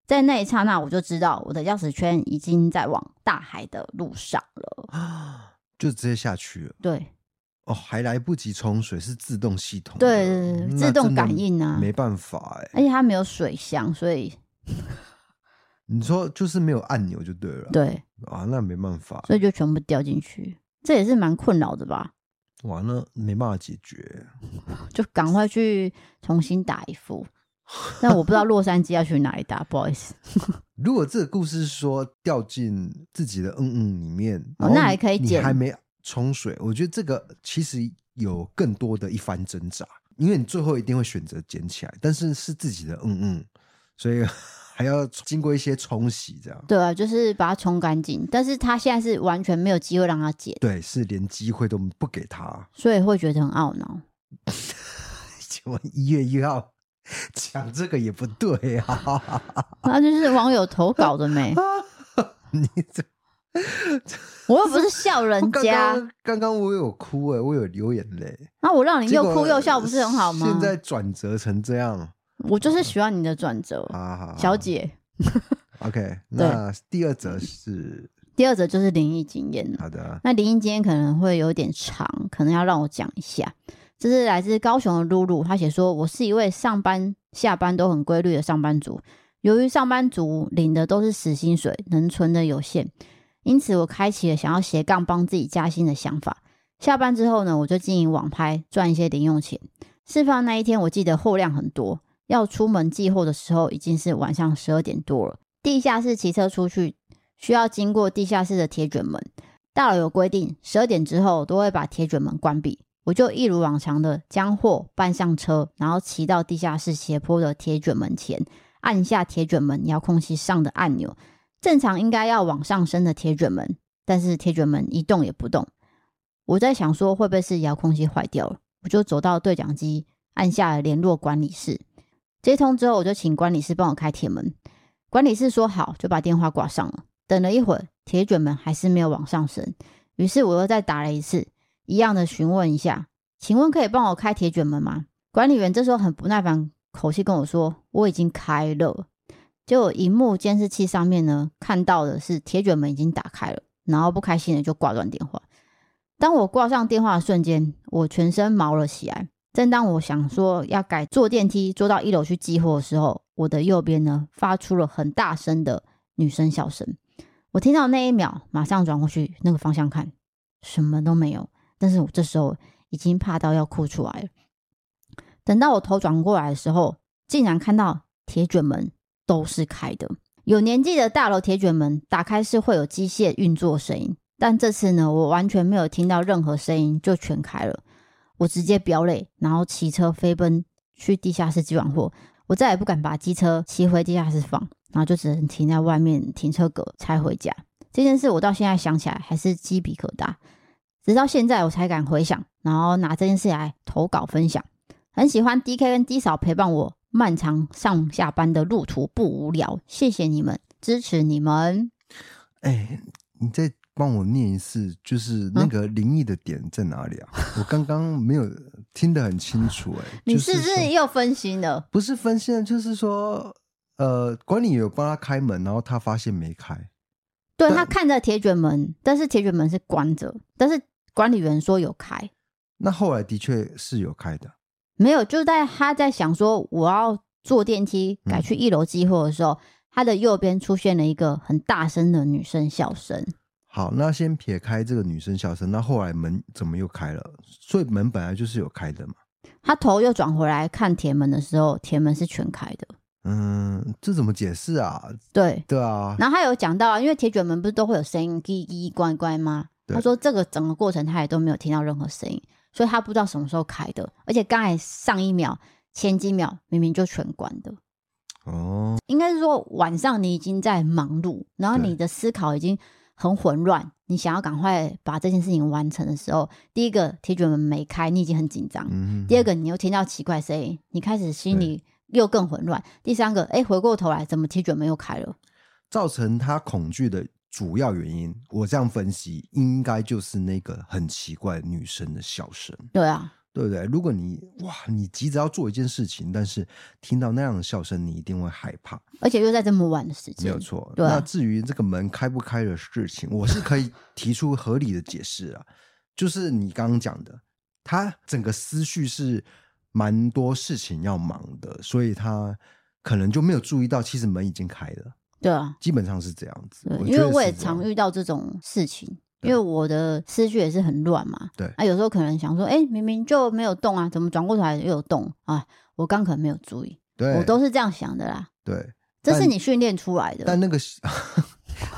Speaker 1: 在那一刹那，我就知道我的钥匙圈已经在往大海的路上了。
Speaker 2: 就直接下去了。
Speaker 1: 对
Speaker 2: 哦，还来不及冲水，是自动系统的，
Speaker 1: 对对对
Speaker 2: 嗯
Speaker 1: 自动
Speaker 2: 那真的
Speaker 1: 感应啊
Speaker 2: 没办法哎、
Speaker 1: 而且它没有水箱，所以
Speaker 2: 你说就是没有按钮就对了，
Speaker 1: 对，
Speaker 2: 啊，那没办法，
Speaker 1: 所以就全部掉进去，这也是蛮困扰的吧？
Speaker 2: 哇，那没办法解决，
Speaker 1: 就赶快去重新打一副。但我不知道洛杉矶要去哪里打，不好意思。
Speaker 2: 如果这个故事是说掉进自己的嗯嗯里面，
Speaker 1: 哦
Speaker 2: 然后
Speaker 1: 那还可以
Speaker 2: 你
Speaker 1: 剪
Speaker 2: 还没冲水，我觉得这个其实有更多的一番挣扎，因为你最后一定会选择捡起来，但是是自己的嗯嗯，所以还要经过一些冲洗，这样
Speaker 1: 对啊，就是把它冲干净，但是他现在是完全没有机会让他解，
Speaker 2: 对，是连机会都不给他。
Speaker 1: 所以会觉得很懊恼。
Speaker 2: 请问一月一号讲这个也不对啊，
Speaker 1: 那就是网友投稿的没，
Speaker 2: 你这
Speaker 1: 我又不是笑人
Speaker 2: 刚
Speaker 1: 家，
Speaker 2: 刚刚刚我有哭哎、我有流眼泪，
Speaker 1: 那我让你
Speaker 2: 结
Speaker 1: 又
Speaker 2: 果
Speaker 1: 哭又笑，不是很好吗？
Speaker 2: 现在转折成这样。
Speaker 1: 我就是喜欢你的转折，
Speaker 2: 啊，
Speaker 1: 小姐。
Speaker 2: ，OK，那第二则是
Speaker 1: 第二则就是灵异经验了。
Speaker 2: 好的，
Speaker 1: 那灵异经验可能会有点长，可能要让我讲一下。这是来自高雄的露露，她写说：“我是一位上班下班都很规律的上班族，由于上班族领的都是死薪水，能存的有限，因此我开启了想要斜杠帮自己加薪的想法。下班之后呢，我就经营网拍赚一些零用钱。释放那一天，我记得货量很多，要出门寄货的时候已经是晚上十二点多了。地下室骑车出去需要经过地下室的铁卷门，大楼有规定，十二点之后都会把铁卷门关闭。我就一如往常的将货搬上车，然后骑到地下室斜坡的铁卷门前，按下铁卷门遥控器上的按钮。正常应该要往上升的铁卷门，但是铁卷门一动也不动。我在想说会不会是遥控器坏掉了，我就走到对讲机，按下了联络管理室。接通之后，我就请管理室帮我开铁门。管理室说好，就把电话挂上了。等了一会儿，铁卷门还是没有往上升，于是我又再打了一次，一样的询问一下，请问可以帮我开铁卷门吗？管理员这时候很不耐烦，口气跟我说我已经开了。结果荧幕监视器上面呢，看到的是铁卷门已经打开了，然后不开心的就挂断电话。当我挂上电话的瞬间，我全身毛了起来。正当我想说要改坐电梯坐到一楼去寄货的时候，我的右边呢发出了很大声的女生笑声。我听到那一秒，马上转过去那个方向看，什么都没有。但是我这时候已经怕到要哭出来了。等到我头转过来的时候，竟然看到铁卷门都是开的。有年纪的大楼铁卷门打开是会有机械运作声音，但这次呢，我完全没有听到任何声音，就全开了。我直接飙泪，然后骑车飞奔去地下室寄完货。我再也不敢把机车骑回地下室放，然后就只能停在外面停车格才回家。这件事我到现在想起来还是鸡皮疙瘩，直到现在我才敢回想，然后拿这件事来投稿分享。很喜欢 DK 跟 D 嫂陪伴我漫长上下班的路途不无聊，谢谢你们，支持你们。
Speaker 2: 哎，嗯你再帮我念一次，就是那个灵异的点在哪里啊？我刚刚没有听得很清楚， 哎，
Speaker 1: 你
Speaker 2: 就是
Speaker 1: 不是
Speaker 2: 说
Speaker 1: 又分心了？
Speaker 2: 不是分线，就是说，呃，管理员有帮他开门，然后他发现没开，
Speaker 1: 对
Speaker 2: 但
Speaker 1: 他看着铁卷门，但是铁卷门是关着，但是管理员说有开，
Speaker 2: 那后来的确是有开的，
Speaker 1: 没有，就在他在想说我要坐电梯
Speaker 2: 嗯
Speaker 1: 改去一楼寄货的时候，他的右边出现了一个很大声的女生笑声。
Speaker 2: 好，那先撇开这个女生笑声，那后来门怎么又开了？所以门本来就是有开的嘛。
Speaker 1: 他头又转回来看铁门的时候，铁门是全开的。
Speaker 2: 嗯，这怎么解释啊？
Speaker 1: 对，
Speaker 2: 对啊，
Speaker 1: 然后他有讲到啊，因为铁卷门不是都会有声音叽叽关关吗？
Speaker 2: 对
Speaker 1: 他说这个整个过程他也都没有听到任何声音，所以他不知道什么时候开的，而且刚才上一秒、前几秒明明就全关的。
Speaker 2: 哦，
Speaker 1: 应该是说晚上你已经在忙碌，然后
Speaker 2: 对
Speaker 1: 你的思考已经很混乱，你想要赶快把这件事情完成的时候，第一个铁卷门没开，你已经很紧张；
Speaker 2: 嗯，
Speaker 1: 第二个你又听到奇怪声音，你开始心里又更混乱；第三个，哎，回过头来怎么铁卷门又开了？
Speaker 2: 造成他恐惧的主要原因，我这样分析，应该就是那个很奇怪女生的笑声，
Speaker 1: 对啊，
Speaker 2: 对不对？如果你哇，你急着要做一件事情，但是听到那样的笑声，你一定会害怕，
Speaker 1: 而且又在这么晚的时
Speaker 2: 没有
Speaker 1: 间，
Speaker 2: 错。
Speaker 1: 对啊
Speaker 2: 那至于这个门开不开的事情，我是可以提出合理的解释啊，就是你刚刚讲的，他整个思绪是蛮多事情要忙的，所以他可能就没有注意到，其实门已经开了，
Speaker 1: 对啊，
Speaker 2: 基本上是这样子
Speaker 1: 对。，
Speaker 2: 觉
Speaker 1: 因为
Speaker 2: 得
Speaker 1: 我
Speaker 2: 是
Speaker 1: 也
Speaker 2: 这样
Speaker 1: 常遇到这种事情，
Speaker 2: 对
Speaker 1: 因为我的思绪也是很乱嘛。
Speaker 2: 对
Speaker 1: 啊，有时候可能想说，哎，明明就没有动啊，怎么转过头来又有动啊？我刚可能没有注意，
Speaker 2: 对，
Speaker 1: 我都是这样想的啦。
Speaker 2: 对，
Speaker 1: 这是
Speaker 2: 但
Speaker 1: 你训练出来
Speaker 2: 但
Speaker 1: 的，
Speaker 2: 那个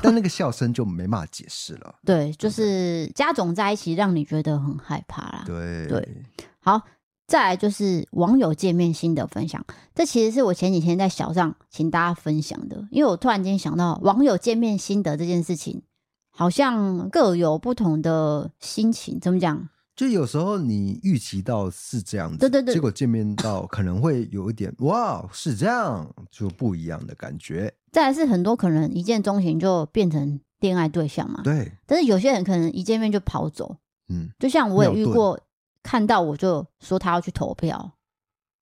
Speaker 2: 但那个笑声就没办法解释了。
Speaker 1: 对，就是加总在一起，让你觉得很害怕啦。
Speaker 2: 对
Speaker 1: 对好，再来就是网友界面心得分享，这其实是我前几天在小上请大家分享的，因为我突然间想到网友见面心得这件事情，好像各有不同的心情，怎么讲？
Speaker 2: 就有时候你预期到是这样子，
Speaker 1: 对对对
Speaker 2: 结果见面到可能会有一点哇，是这样就不一样的感觉。
Speaker 1: 再来是很多可能一见钟情就变成恋爱对象嘛，
Speaker 2: 对，
Speaker 1: 但是有些人可能一见面就跑走，
Speaker 2: 嗯，
Speaker 1: 就像我也
Speaker 2: 尿
Speaker 1: 遇
Speaker 2: 遁
Speaker 1: 过，看到我就说他要去投票，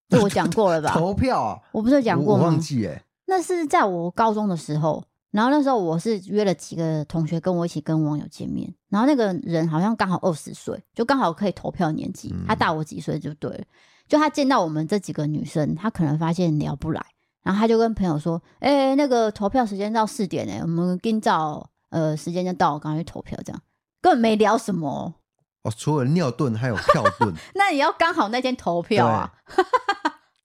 Speaker 1: 这我讲过了吧？
Speaker 2: 投票啊，
Speaker 1: 我不是有讲
Speaker 2: 我
Speaker 1: 过
Speaker 2: 我
Speaker 1: 吗？
Speaker 2: 忘记哎、
Speaker 1: 那是在我高中的时候，然后那时候我是约了几个同学跟我一起跟网友见面，然后那个人好像刚好二十岁，就刚好可以投票的年纪
Speaker 2: 嗯，
Speaker 1: 他大我几岁就对了。就他见到我们这几个女生，他可能发现聊不来，然后他就跟朋友说：“哎、那个投票时间到四点哎、我们今早呃时间就到，我赶快去投票。”这样根本没聊什么哦，
Speaker 2: 哦，除了尿遁还有 票遁，
Speaker 1: 那也要刚好那天投票啊。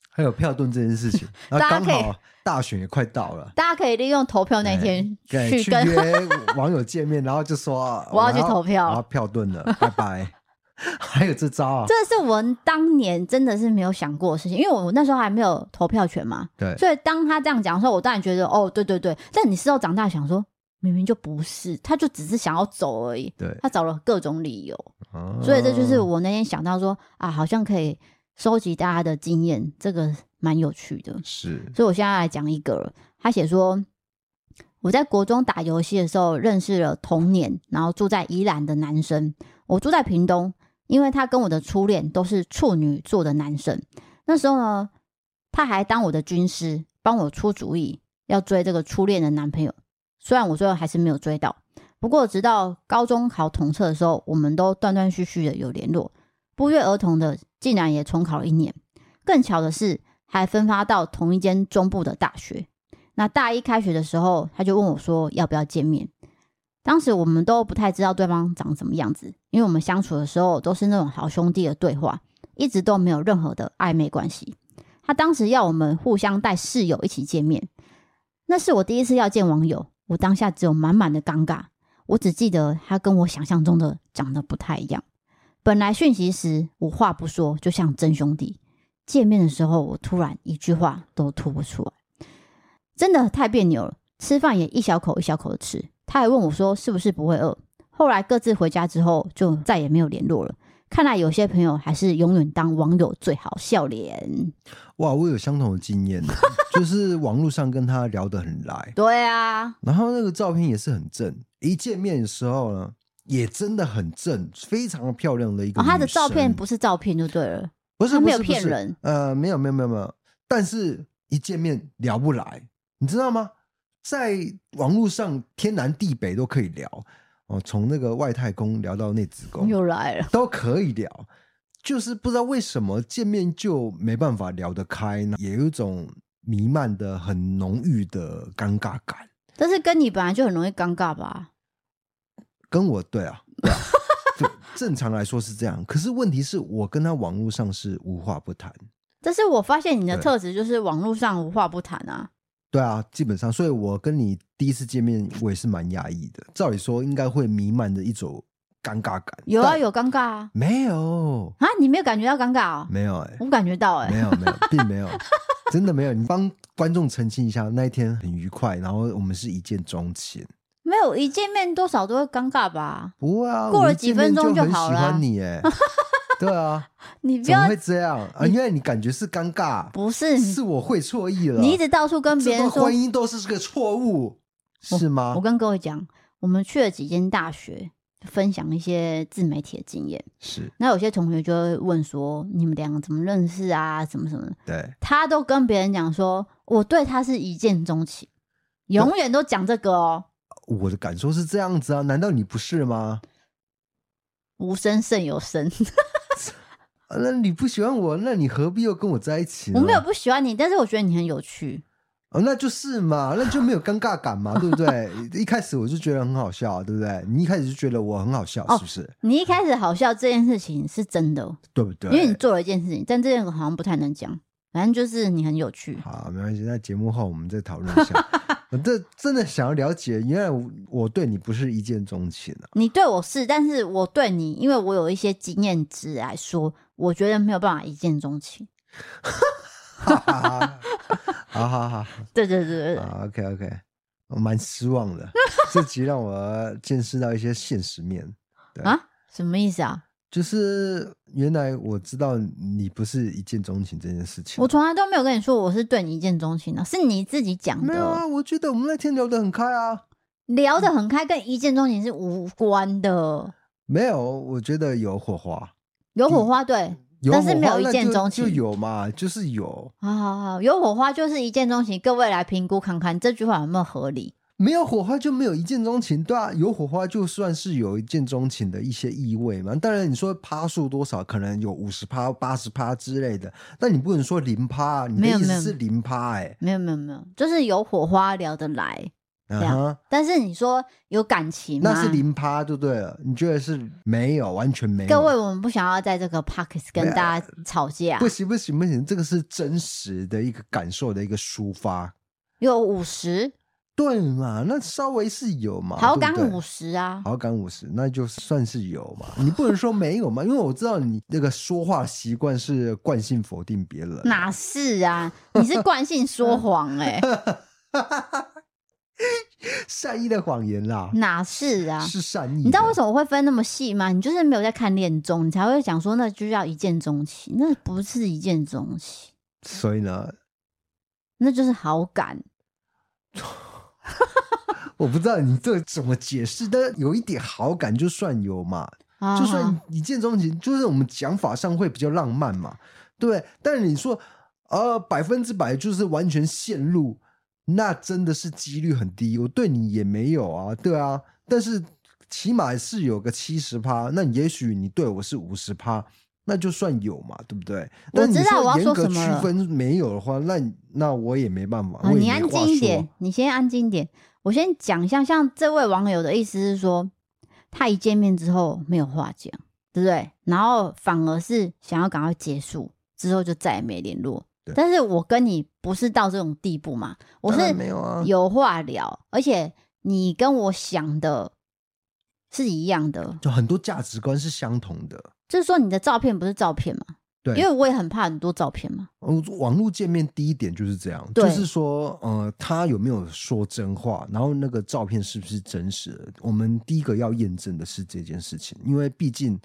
Speaker 2: 还有票遁这件事情，然后
Speaker 1: 大家
Speaker 2: 刚
Speaker 1: 可以
Speaker 2: 好大选也快到了。
Speaker 1: 大家可以利用投票那天
Speaker 2: 哎对
Speaker 1: 去
Speaker 2: 去
Speaker 1: 跟
Speaker 2: 约网友见面，然后就说
Speaker 1: 我要去投票
Speaker 2: 然后票遁了，拜拜。 还有这招啊？
Speaker 1: 这是我当年真的是没有想过的事情，因为我那时候还没有投票权嘛，
Speaker 2: 对，
Speaker 1: 所以当他这样讲的时候，我当然觉得哦，对对对。但你事后长大想说，明明就不是，他就只是想要走而已，
Speaker 2: 对，
Speaker 1: 他找了各种理由，
Speaker 2: 哦
Speaker 1: 所以这就是我那天想到说啊，好像可以收集大家的经验，这个蛮有趣的。
Speaker 2: 是
Speaker 1: 所以我现在来讲一个了，他写说。我在国中打游戏的时候认识了同年，然后住在宜兰的男生。我住在屏东，因为他跟我的初恋都是处女座的男生。那时候呢，他还当我的军师，帮我出主意，要追这个初恋的男朋友。虽然我最后还是没有追到，不过直到高中考统测的时候，我们都断断续续的有联络，不约而同的竟然也重考了一年。更巧的是，还分发到同一间中部的大学。那大一开学的时候，他就问我说要不要见面。当时我们都不太知道对方长什么样子，因为我们相处的时候都是那种好兄弟的对话，一直都没有任何的暧昧关系。他当时要我们互相带室友一起见面，那是我第一次要见网友，我当下只有满满的尴尬。我只记得他跟我想象中的长得不太一样。本来讯息时无话不说，就像真兄弟，见面的时候，我突然一句话都吐不出来，真的太别扭了。吃饭也一小口一小口的吃，他还问我说是不是不会饿。后来各自回家之后，就再也没有联络了。看来有些朋友还是永远当网友最好，笑脸。
Speaker 2: 哇，我有相同的经验呢， 就是网络上跟他聊得很来，
Speaker 1: 对啊，
Speaker 2: 然后那个照片也是很正，一见面的时候呢，也真的很正，非常漂亮的一个
Speaker 1: 哦，
Speaker 2: 女生、
Speaker 1: 他的照片不是照片就对了，
Speaker 2: 不是
Speaker 1: 他
Speaker 2: 不
Speaker 1: 没
Speaker 2: 是
Speaker 1: 有
Speaker 2: 不
Speaker 1: 骗
Speaker 2: 是
Speaker 1: 人
Speaker 2: 呃，没有没有没有没有，但是一见面聊不来，你知道吗？在网络上天南地北都可以聊哦，从那个外太空聊到内子宫，
Speaker 1: 又来了。
Speaker 2: 都可以聊，就是不知道为什么见面就没办法聊得开呢，也有一种弥漫的很浓郁的尴尬感。
Speaker 1: 但是跟你本来就很容易尴尬吧？
Speaker 2: 跟我对啊，对啊对正常来说是这样，可是问题是我跟他网络上是无话不谈，
Speaker 1: 但是我发现你的
Speaker 2: 对
Speaker 1: 特质就是网络上无话不谈啊。
Speaker 2: 对啊，基本上，所以我跟你第一次见面，我也是蛮压抑的。照理说应该会弥漫着一种尴尬感，
Speaker 1: 有啊，
Speaker 2: 但
Speaker 1: 有尴尬啊。
Speaker 2: 没有？
Speaker 1: 啊，你没有感觉到尴尬哦？
Speaker 2: 没有哎、
Speaker 1: 我感觉到哎、
Speaker 2: 没有没有，并 没有，真的没有。你帮观众澄清一下，那一天很愉快，然后我们是一见钟情。
Speaker 1: 没有一见面多少都会尴尬吧？
Speaker 2: 不会啊，
Speaker 1: 过
Speaker 2: 我
Speaker 1: 了
Speaker 2: 一
Speaker 1: 几
Speaker 2: 见
Speaker 1: 分
Speaker 2: 面
Speaker 1: 钟
Speaker 2: 就
Speaker 1: 就
Speaker 2: 很
Speaker 1: 好
Speaker 2: 喜
Speaker 1: 啦
Speaker 2: 欢你哎、对啊，
Speaker 1: 你 不
Speaker 2: 怎么
Speaker 1: 要
Speaker 2: 会这样啊？因为你感觉是尴尬，
Speaker 1: 不是
Speaker 2: 是我会错意了。
Speaker 1: 你一直到处跟别
Speaker 2: 这
Speaker 1: 人
Speaker 2: 段
Speaker 1: 说
Speaker 2: 婚。姻啊都是个错误，是吗
Speaker 1: 我？跟各位讲，我们去了几间大学，分享一些自媒体的经验。
Speaker 2: 是
Speaker 1: 那有些同学就会问说，你们两个怎么认识啊？什么什么的？
Speaker 2: 对，
Speaker 1: 他都跟别人讲说，我对他是一见钟情，永远都讲这个哦，
Speaker 2: 我的感受是这样子啊，难道你不是吗？
Speaker 1: 无声胜有 声。
Speaker 2: 啊那你不喜欢我，那你何必又跟我在一起呢？
Speaker 1: 我没有不喜欢你，但是我觉得你很有趣。
Speaker 2: 哦，那就是嘛，那就没有尴尬感嘛，对不对？ 一开始我就觉得很好笑，啊对不对？你一开始就觉得我很好笑，
Speaker 1: 哦
Speaker 2: 是不是？
Speaker 1: 你一开始好笑这件事情是真的，哦
Speaker 2: 对不对？
Speaker 1: 因为你做了一件事情，但这件好像不太能讲。反正就是你很有趣，
Speaker 2: 好，没关系，那节目后我们再讨论一 下。我这真的想要了解，原来我我对你不是一见钟情啊，
Speaker 1: 你对我是，但是我对你，因为我有一些经验值来说，我觉得没有办法一见钟情。
Speaker 2: 哈哈 哈啊好好好好
Speaker 1: 对对对对对，
Speaker 2: 嗯好，OK OK，我蛮失望的，这集让我见识到一些现实面，对
Speaker 1: 啊，什么意思啊？
Speaker 2: 就是原来我知道你不是一见钟情这件事情。
Speaker 1: 我从来都没有跟你说我是对你一见钟情的，是你自己讲
Speaker 2: 没有啊，
Speaker 1: 的，
Speaker 2: 我觉得我们那天聊得很开啊。
Speaker 1: 聊得很开，跟一见钟情是无关的。
Speaker 2: 没有，我觉得有火花，
Speaker 1: 有火花，对，
Speaker 2: 有
Speaker 1: 但是没有
Speaker 2: 火花
Speaker 1: 一
Speaker 2: 那
Speaker 1: 见
Speaker 2: 就
Speaker 1: 钟
Speaker 2: 就
Speaker 1: 情
Speaker 2: 有嘛，就是有。
Speaker 1: 好好好，有火花就是一见钟情。各位来评估看看这句话有没有合理？
Speaker 2: 没有火花就没有一见钟情，对啊，有火花就算是有一见钟情的一些意味嘛。当然，你说趴数多少，可能有五十趴、八十趴之类的，但你不能说零趴、啊，你的
Speaker 1: 没有
Speaker 2: 意
Speaker 1: 没有
Speaker 2: 思是零趴哎，
Speaker 1: 没有没有没有，就是有火花聊得来，
Speaker 2: 啊
Speaker 1: 样
Speaker 2: 哈，
Speaker 1: 但是你说有感情吗？
Speaker 2: 那是零趴就对了，你觉得是没有，完全没有。
Speaker 1: 各位，我们不想要在这个 p o c k e t
Speaker 2: 没
Speaker 1: 跟
Speaker 2: 有啊
Speaker 1: 大家吵架啊
Speaker 2: 不。行不行不行，这个是真实的一个感受的一个抒发，
Speaker 1: 有五十，
Speaker 2: 对嘛？那稍微是有嘛，
Speaker 1: 好
Speaker 2: 对
Speaker 1: 感
Speaker 2: 不哦对
Speaker 1: 五十啊，
Speaker 2: 好感五十，那就算是有嘛。你不能说没有嘛，因为我知道你那个说话习惯是惯性否定别人。
Speaker 1: 哪是啊？你是惯性说谎 哎、
Speaker 2: 嗯善意的谎言啦，
Speaker 1: 哪是啊？
Speaker 2: 是善意
Speaker 1: 你
Speaker 2: 的。
Speaker 1: 知道为什么我会分那么细吗？你就是没有在看恋综，你才会讲说那就叫一见钟情，那不是一见钟情，
Speaker 2: 所以呢，
Speaker 1: 那就是好感。
Speaker 2: 我不知道你这怎么解释，但有一点好感就算有嘛，
Speaker 1: 啊
Speaker 2: 就算一见钟情，就是我们讲法上会比较浪漫嘛，对不对？但你说呃百分之百就是完全陷入，那真的是几率很低。我对你也没有啊，对啊，但是起码是有个七十趴，那也许你对我是五十趴。那就算有嘛，对不对？
Speaker 1: 我
Speaker 2: 但你
Speaker 1: 知道我要
Speaker 2: 严
Speaker 1: 说
Speaker 2: 格
Speaker 1: 什么了
Speaker 2: 区分没有的话，那你那我也没办法。
Speaker 1: 啊，
Speaker 2: 我也
Speaker 1: 你
Speaker 2: 没
Speaker 1: 安
Speaker 2: 话
Speaker 1: 静一
Speaker 2: 说
Speaker 1: 点，你先安静一点。我先讲一下，像这位网友的意思是说，他一见面之后没有话讲，对不对？然后反而是想要赶快结束，之后就再也没联络
Speaker 2: 对。
Speaker 1: 但是我跟你不是到这种地步嘛，我
Speaker 2: 当然
Speaker 1: 是
Speaker 2: 没有啊
Speaker 1: 有话聊，而且你跟我想的是一样的，
Speaker 2: 就很多价值观是相同的。
Speaker 1: 就是说你的照片不是照片嘛，
Speaker 2: 对，
Speaker 1: 因为我也很怕很多照片嘛，
Speaker 2: 呃网络见面第一点就是这样，
Speaker 1: 对
Speaker 2: 就是说，呃，他有没有说真话，然后那个照片是不是真实的？我们第一个要验证的是这件事情，因为毕竟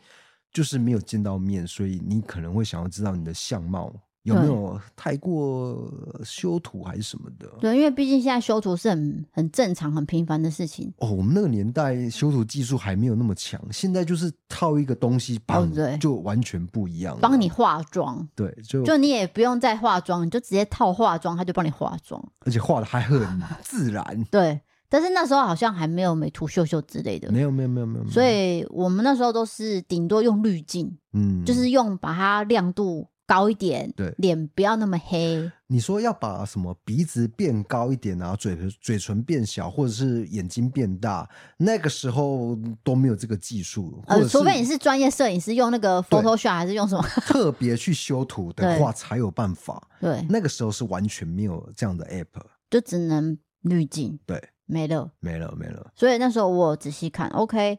Speaker 2: 就是没有见到面，所以你可能会想要知道你的相貌有没
Speaker 1: 对
Speaker 2: 有太过修图还是什么的。
Speaker 1: 对，因为毕竟现在修图是很很正常、很平凡的事情，
Speaker 2: 哦，我们那个年代修图技术还没有那么强，现在就是套一个东西，砰
Speaker 1: 哦对
Speaker 2: 就完全不一样了。
Speaker 1: 帮你化妆，
Speaker 2: 对，就
Speaker 1: 就你也不用再化妆，你就直接套化妆，他就帮你化妆。
Speaker 2: 而且画的还很自 然。
Speaker 1: 对，但是那时候好像还没有美图秀秀之类的，
Speaker 2: 没有没有没有没有，没有
Speaker 1: 所以我们那时候都是顶多用滤镜，
Speaker 2: 嗯，
Speaker 1: 就是用把它亮度高一点，
Speaker 2: 对
Speaker 1: 脸不要那么黑。
Speaker 2: 你说要把什么鼻子变高一点啊，嘴嘴唇变小，或者是眼睛变大，那个时候都没有这个技术，或
Speaker 1: 呃，
Speaker 2: 者
Speaker 1: 除非你
Speaker 2: 是
Speaker 1: 是专业摄影师，用那个 Photoshop 还是用什么？
Speaker 2: 特别去修图的
Speaker 1: 对
Speaker 2: 话才有办法。
Speaker 1: 对，
Speaker 2: 那个时候是完全没有这样的 app，
Speaker 1: 就只能滤镜，
Speaker 2: 对，
Speaker 1: 没了。
Speaker 2: 没了没了。
Speaker 1: 所以那时候我有仔细看，OK，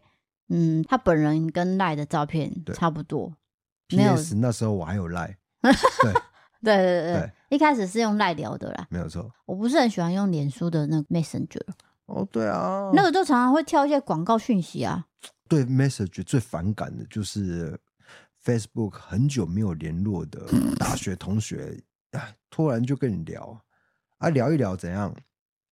Speaker 1: 嗯，他本人跟赖的照片
Speaker 2: 对
Speaker 1: 差不多，没有
Speaker 2: P.S. 那时候我还有赖，对，
Speaker 1: 对对对，
Speaker 2: 对
Speaker 1: 对一开始是用赖聊的啦。
Speaker 2: 没有错。
Speaker 1: 我不是很喜欢用脸书的那个 Messenger，、
Speaker 2: 哦，对啊，
Speaker 1: 那个就常常会跳一些广告讯息啊。
Speaker 2: 对 message 最反感的就是 Facebook 很久没有联 络的大学同学，哎，突然就跟你聊，啊，聊一聊怎样？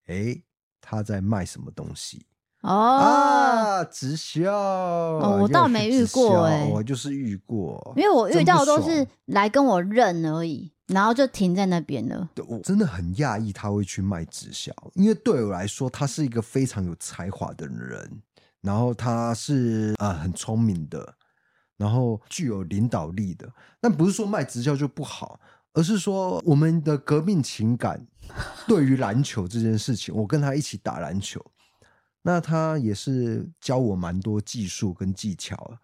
Speaker 2: 哎，他在卖什么东西
Speaker 1: 哦，
Speaker 2: 啊？直销？哦
Speaker 1: 我倒没遇过哎
Speaker 2: 我就是遇过，
Speaker 1: 因为我遇到的都
Speaker 2: 真
Speaker 1: 是
Speaker 2: 不
Speaker 1: 来跟我认而已，然后就停在那边了。
Speaker 2: 对我真的很讶异他会去卖直销，因为对我来说，他是一个非常有才华的人，然后他是啊、呃很聪明的，然后具有领导力的。但不是说卖直销就不好，而是说我们的革命情感对于篮球这件事情，我跟他一起打篮球，那他也是教我蛮多技术跟技巧啊。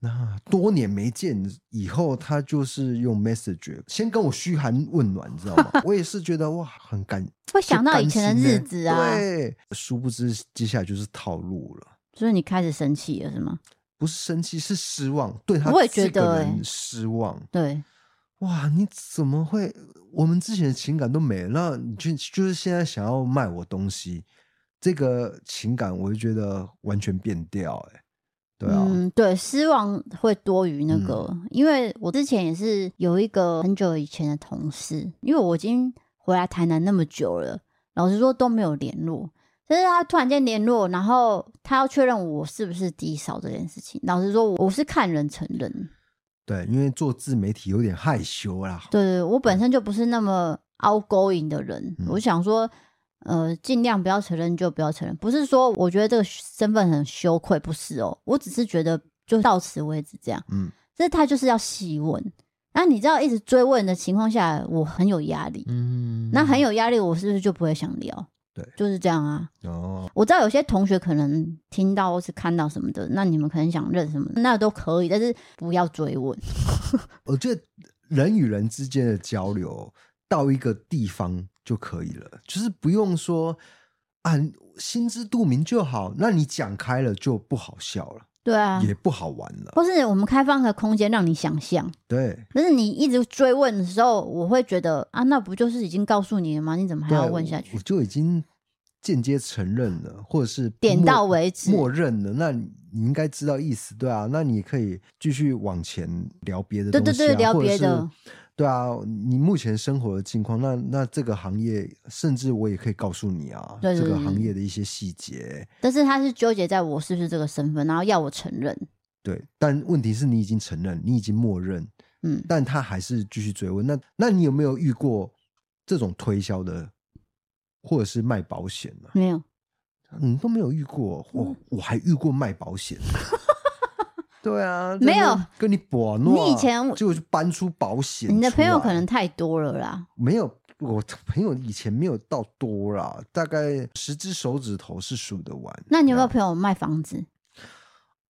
Speaker 2: 那多年没见以后，他就是用 message 先跟我嘘寒问暖，你知道吗？ 我也是觉得哇，很感
Speaker 1: 会想到以前的日子啊
Speaker 2: 就甘心欸对，殊不知接下来就是套路了。
Speaker 1: 所以你开始生气了是吗？
Speaker 2: 不是生气，是失望，对他
Speaker 1: 我也觉
Speaker 2: 这个
Speaker 1: 得
Speaker 2: 人
Speaker 1: 欸
Speaker 2: 失望。
Speaker 1: 对，
Speaker 2: 哇，你怎么会？我们之前的情感都没了，那你就就是现在想要卖我东西，这个情感我就觉得完全变掉、欸，哎，对啊，嗯
Speaker 1: 嗯，对，失望会多于那个，因为我之前也是有一个很久以前的同事，因为我已经回来台南那么久了，老实说都没有联络。但是他突然间联络，然后他要确认我是不是低烧这件事情。老实说，我我是看人成人，
Speaker 2: 对，因为做自媒体有点害羞啦，
Speaker 1: 对对，我
Speaker 2: 嗯
Speaker 1: 本身就不是那么 outgoing 的人，我想说，呃，尽量不要承认就不要承认，不是说我觉得这个身份很羞愧，不是哦，我只是觉得就到此为止这样。
Speaker 2: 嗯
Speaker 1: 这他就是要细问。那你知道一直追问的情况下，我很有压力。
Speaker 2: 嗯
Speaker 1: 那很有压力，我是不是就不会想聊？
Speaker 2: 对
Speaker 1: 就是这样啊。
Speaker 2: 哦，
Speaker 1: 我知道有些同学可能听到或是看到什么的，那你们可能想认什么，那都可以，但是不要追问。
Speaker 2: 我觉得人与人之间的交流到一个地方就可以了，就是不用说啊，心知肚明就好。那你讲开了就不好笑了，
Speaker 1: 对啊，
Speaker 2: 也不好玩了，
Speaker 1: 或是我们开放个空间让你想象，
Speaker 2: 对。
Speaker 1: 但是你一直追问的时候，我会觉得啊，那不就是已经告诉你了吗？你怎么还
Speaker 2: 对
Speaker 1: 要问下去
Speaker 2: 我？我？就已经间接承认了，或者是
Speaker 1: 点
Speaker 2: 默
Speaker 1: 到为止
Speaker 2: 默认了。那你你应该知道意思，对啊？那你可以继续往前聊别的
Speaker 1: 对
Speaker 2: 东西、
Speaker 1: 对
Speaker 2: 啊，
Speaker 1: 对聊
Speaker 2: 或者
Speaker 1: 别的
Speaker 2: 是。对啊，你目前生活的境况，那那这个行业，甚至我也可以告诉你啊，
Speaker 1: 对对
Speaker 2: 这个
Speaker 1: 对
Speaker 2: 行业的一些细节。
Speaker 1: 但是他是纠结在我是不是这个身份，然后要我承认。
Speaker 2: 对，但问题是你已经承认，你已经默认，
Speaker 1: 嗯，
Speaker 2: 但他还是继续追问。那那你有没有遇过这种推销的，或者是卖保险呢、
Speaker 1: 没有。
Speaker 2: 你都没有遇过，我我还遇过卖保险的。对啊，
Speaker 1: 没有
Speaker 2: 就是跟你把诺啊，
Speaker 1: 你以前
Speaker 2: 就是搬出保险出来，啊
Speaker 1: 你的朋友可能太多了啦。
Speaker 2: 没有，我朋友以前没有到多啦，大概十只手指头是数得完。
Speaker 1: 那你有没有
Speaker 2: 对啊
Speaker 1: 朋友卖房子？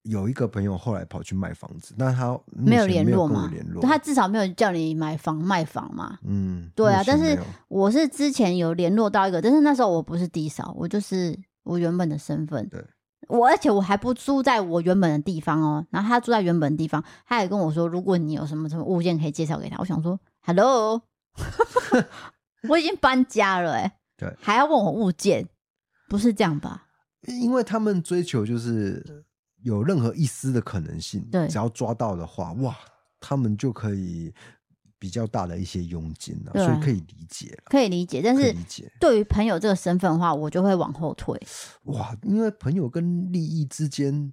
Speaker 2: 有一个朋友后来跑去卖房子，那他啊
Speaker 1: 没
Speaker 2: 目前没
Speaker 1: 有联络
Speaker 2: 有跟我
Speaker 1: 嘛？
Speaker 2: 联络
Speaker 1: 他至少没有叫你买房卖房嘛？
Speaker 2: 嗯，
Speaker 1: 对啊
Speaker 2: 目，前
Speaker 1: 但
Speaker 2: 没
Speaker 1: 是
Speaker 2: 有
Speaker 1: 我是之前有联络到一个，但是那时候我不是低嫂，我就是我原本的身份。
Speaker 2: 对，
Speaker 1: 我而且我还不住在我原本的地方哦，然后他住在原本的地方，他也跟我说，如果你有什么什么物件可以介绍给他，我想说，Hello，我已经搬家了、欸，哎，
Speaker 2: 对
Speaker 1: 还要问我物件，不是这样吧？
Speaker 2: 因为他们追求就是有任何一丝的可能性，
Speaker 1: 嗯对
Speaker 2: 只要抓到的话，哇，他们就可以比较大的一些佣金啊，
Speaker 1: 对啊
Speaker 2: 所以可以理解了，
Speaker 1: 可以理解，但
Speaker 2: 可以
Speaker 1: 是
Speaker 2: 理解。
Speaker 1: 对于朋友这个身份的话，我就会往后退。
Speaker 2: 哇，因为朋友跟利益之间，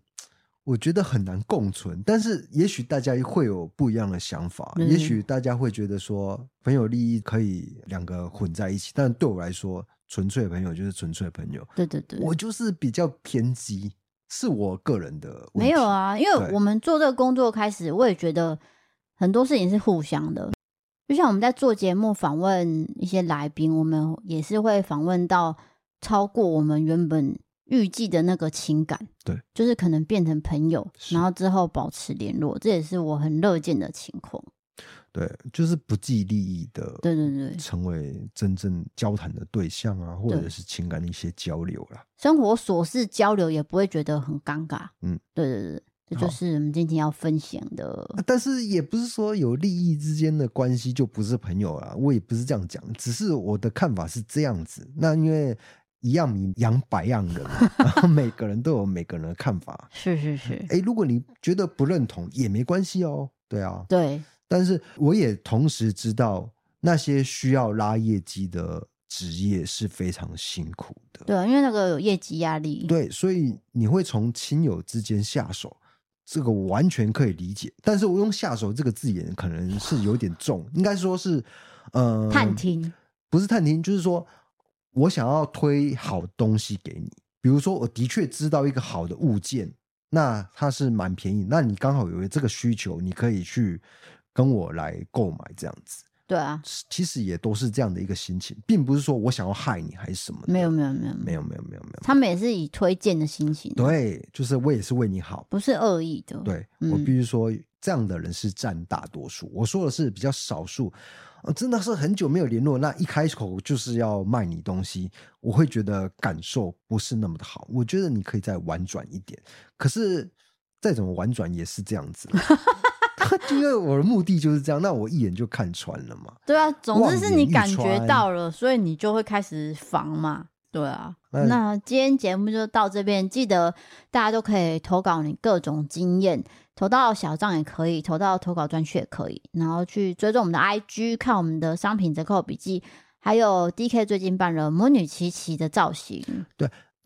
Speaker 2: 我觉得很难共存。但是也许大家会有不一样的想法，
Speaker 1: 嗯
Speaker 2: 也许大家会觉得说，朋友利益可以两个混在一起。但对我来说，纯粹朋友就是纯粹朋友，
Speaker 1: 对对对，
Speaker 2: 我就是比较偏激，是我个人的。
Speaker 1: 没有，啊，因为
Speaker 2: 对
Speaker 1: 我们做这个工作开始，我也觉得很多事情是互相的。就像我们在做节目访问一些来宾，我们也是会访问到超过我们原本预计的那个情感，
Speaker 2: 对，
Speaker 1: 就是可能变成朋友，
Speaker 2: 是
Speaker 1: 然后之后保持联络，这也是我很乐见的情况。
Speaker 2: 对，就是不计利益的，
Speaker 1: 对对对，
Speaker 2: 成为真正交谈的对象啊，或
Speaker 1: 对
Speaker 2: 者是情感的一些交流啦。
Speaker 1: 生活琐事交流也不会觉得很尴尬。
Speaker 2: 嗯，
Speaker 1: 对对对，这
Speaker 2: 好
Speaker 1: 就是我们今天要分享的。
Speaker 2: 啊但是也不是说有利益之间的关系就不是朋友啦，我也不是这样讲，只是我的看法是这样子。那因为一样米养百样人嘛，然 后每个人都有每个人的看法。
Speaker 1: 是是是，
Speaker 2: 哎，如果你觉得不认同也没关系哦，对啊。
Speaker 1: 对，
Speaker 2: 但是我也同时知道，那些需要拉业绩的职业是非常辛苦的。
Speaker 1: 对啊，因为那个有业绩压力，
Speaker 2: 对，所以你会从亲友之间下手，这个我完全可以理解。但是我用“下手”这个字眼可能是有点重，应该说是呃，
Speaker 1: 探听，
Speaker 2: 不是探听，就是说我想要推好东西给你。比如说，我的确知道一个好的物件，那它是蛮便宜，那你刚好有这个需求，你可以去跟我来购买这样子。
Speaker 1: 对啊，
Speaker 2: 其实也都是这样的一个心情，并不是说我想要害你还是什么的，
Speaker 1: 没有没有没有
Speaker 2: 没
Speaker 1: 有，
Speaker 2: 有没有没有没有，
Speaker 1: 他们也是以推荐的心情，，
Speaker 2: 对，就是我也是为你好，
Speaker 1: 不是恶意的，
Speaker 2: 对我
Speaker 1: 嗯
Speaker 2: 必须说，这样的人是占大多数。我说的是比较少数，呃真的是很久没有联络，那一开口就是要卖你东西，我会觉得感受不是那么的好。我觉得你可以再婉转一点，可是再怎么婉转也是这样子 啦。 因为我的目的就是这样，那我一眼就看穿了嘛。
Speaker 1: 对啊，总之
Speaker 2: 望
Speaker 1: 是
Speaker 2: 眼
Speaker 1: 你
Speaker 2: 欲
Speaker 1: 感觉
Speaker 2: 穿
Speaker 1: 到了，所以你就会开始防嘛。对啊，
Speaker 2: 嗯
Speaker 1: 那今天节目就到这边，记得大家都可以投稿你各种经验，投到小账也可以，投到投稿专区也可以，然后去追踪我们的 IG，看我们的商品折扣笔记，还有 DK 最近办了魔女琪琪的造型，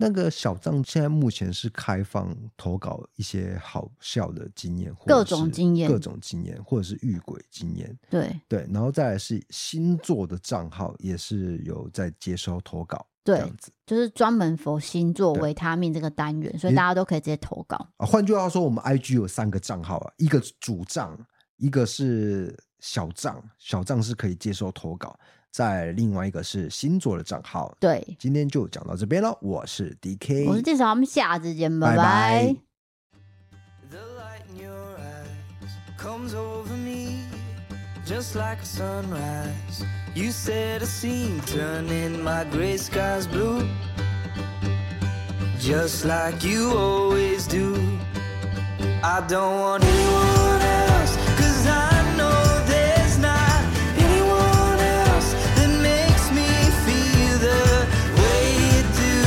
Speaker 2: 那个小账现在目前是开放投稿一些好笑的经验，或
Speaker 1: 各
Speaker 2: 者
Speaker 1: 种
Speaker 2: 是
Speaker 1: 经验
Speaker 2: 各种经验，或者是遇鬼经验。
Speaker 1: 对
Speaker 2: 对，然后再来是星座的账号也是有在接收投稿，
Speaker 1: 对
Speaker 2: 这样子
Speaker 1: 就是专门佛星座
Speaker 2: 对
Speaker 1: 维他命这个单元，所以
Speaker 2: 你
Speaker 1: 大家都可以直接投稿。
Speaker 2: 啊。换句话说，我们 IG 有三个账号啊，一个主账，一个是小账，小账是可以接收投稿，再另外一个是星座的账号。
Speaker 1: 对，
Speaker 2: 今天就讲到这边了，我是 DK，
Speaker 1: 我是至少我们下次见，拜
Speaker 2: 拜
Speaker 1: 拜
Speaker 2: 拜
Speaker 3: The light in your eyes comes over me just like a sunrise. You set a scene, turning my gray skies blue, just like you always do. I don't want anyone else, cause I know there's not anyone else that makes me feel the way you do.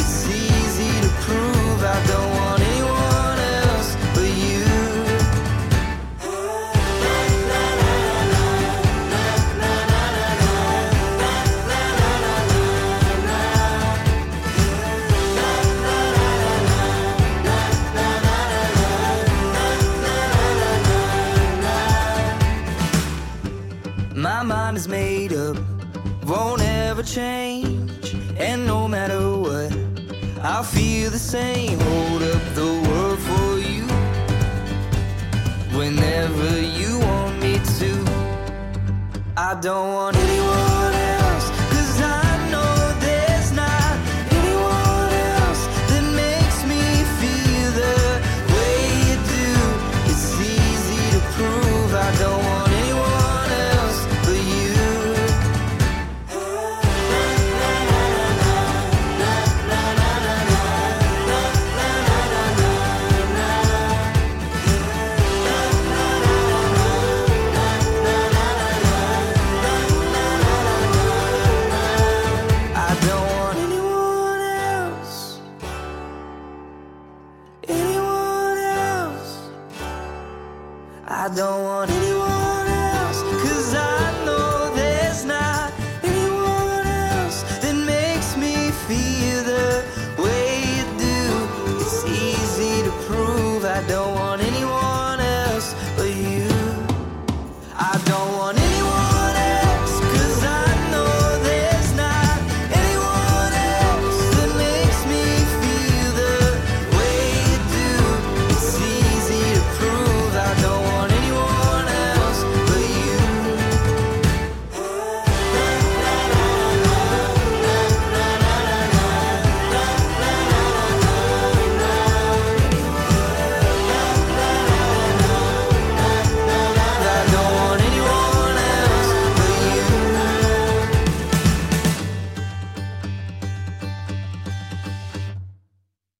Speaker 3: It's easy to prove I don't want anyone else but you. My mind is made up, won't ever change. And no matter what, I feel the same. Hold up the world for you whenever you want me to. I don't want anyone else, cause I know there's not anyone else that makes me feel the way you do. It's easy to prove I don't want anyone else but you. I don't want anyone else. Anyone else. I don't want anyone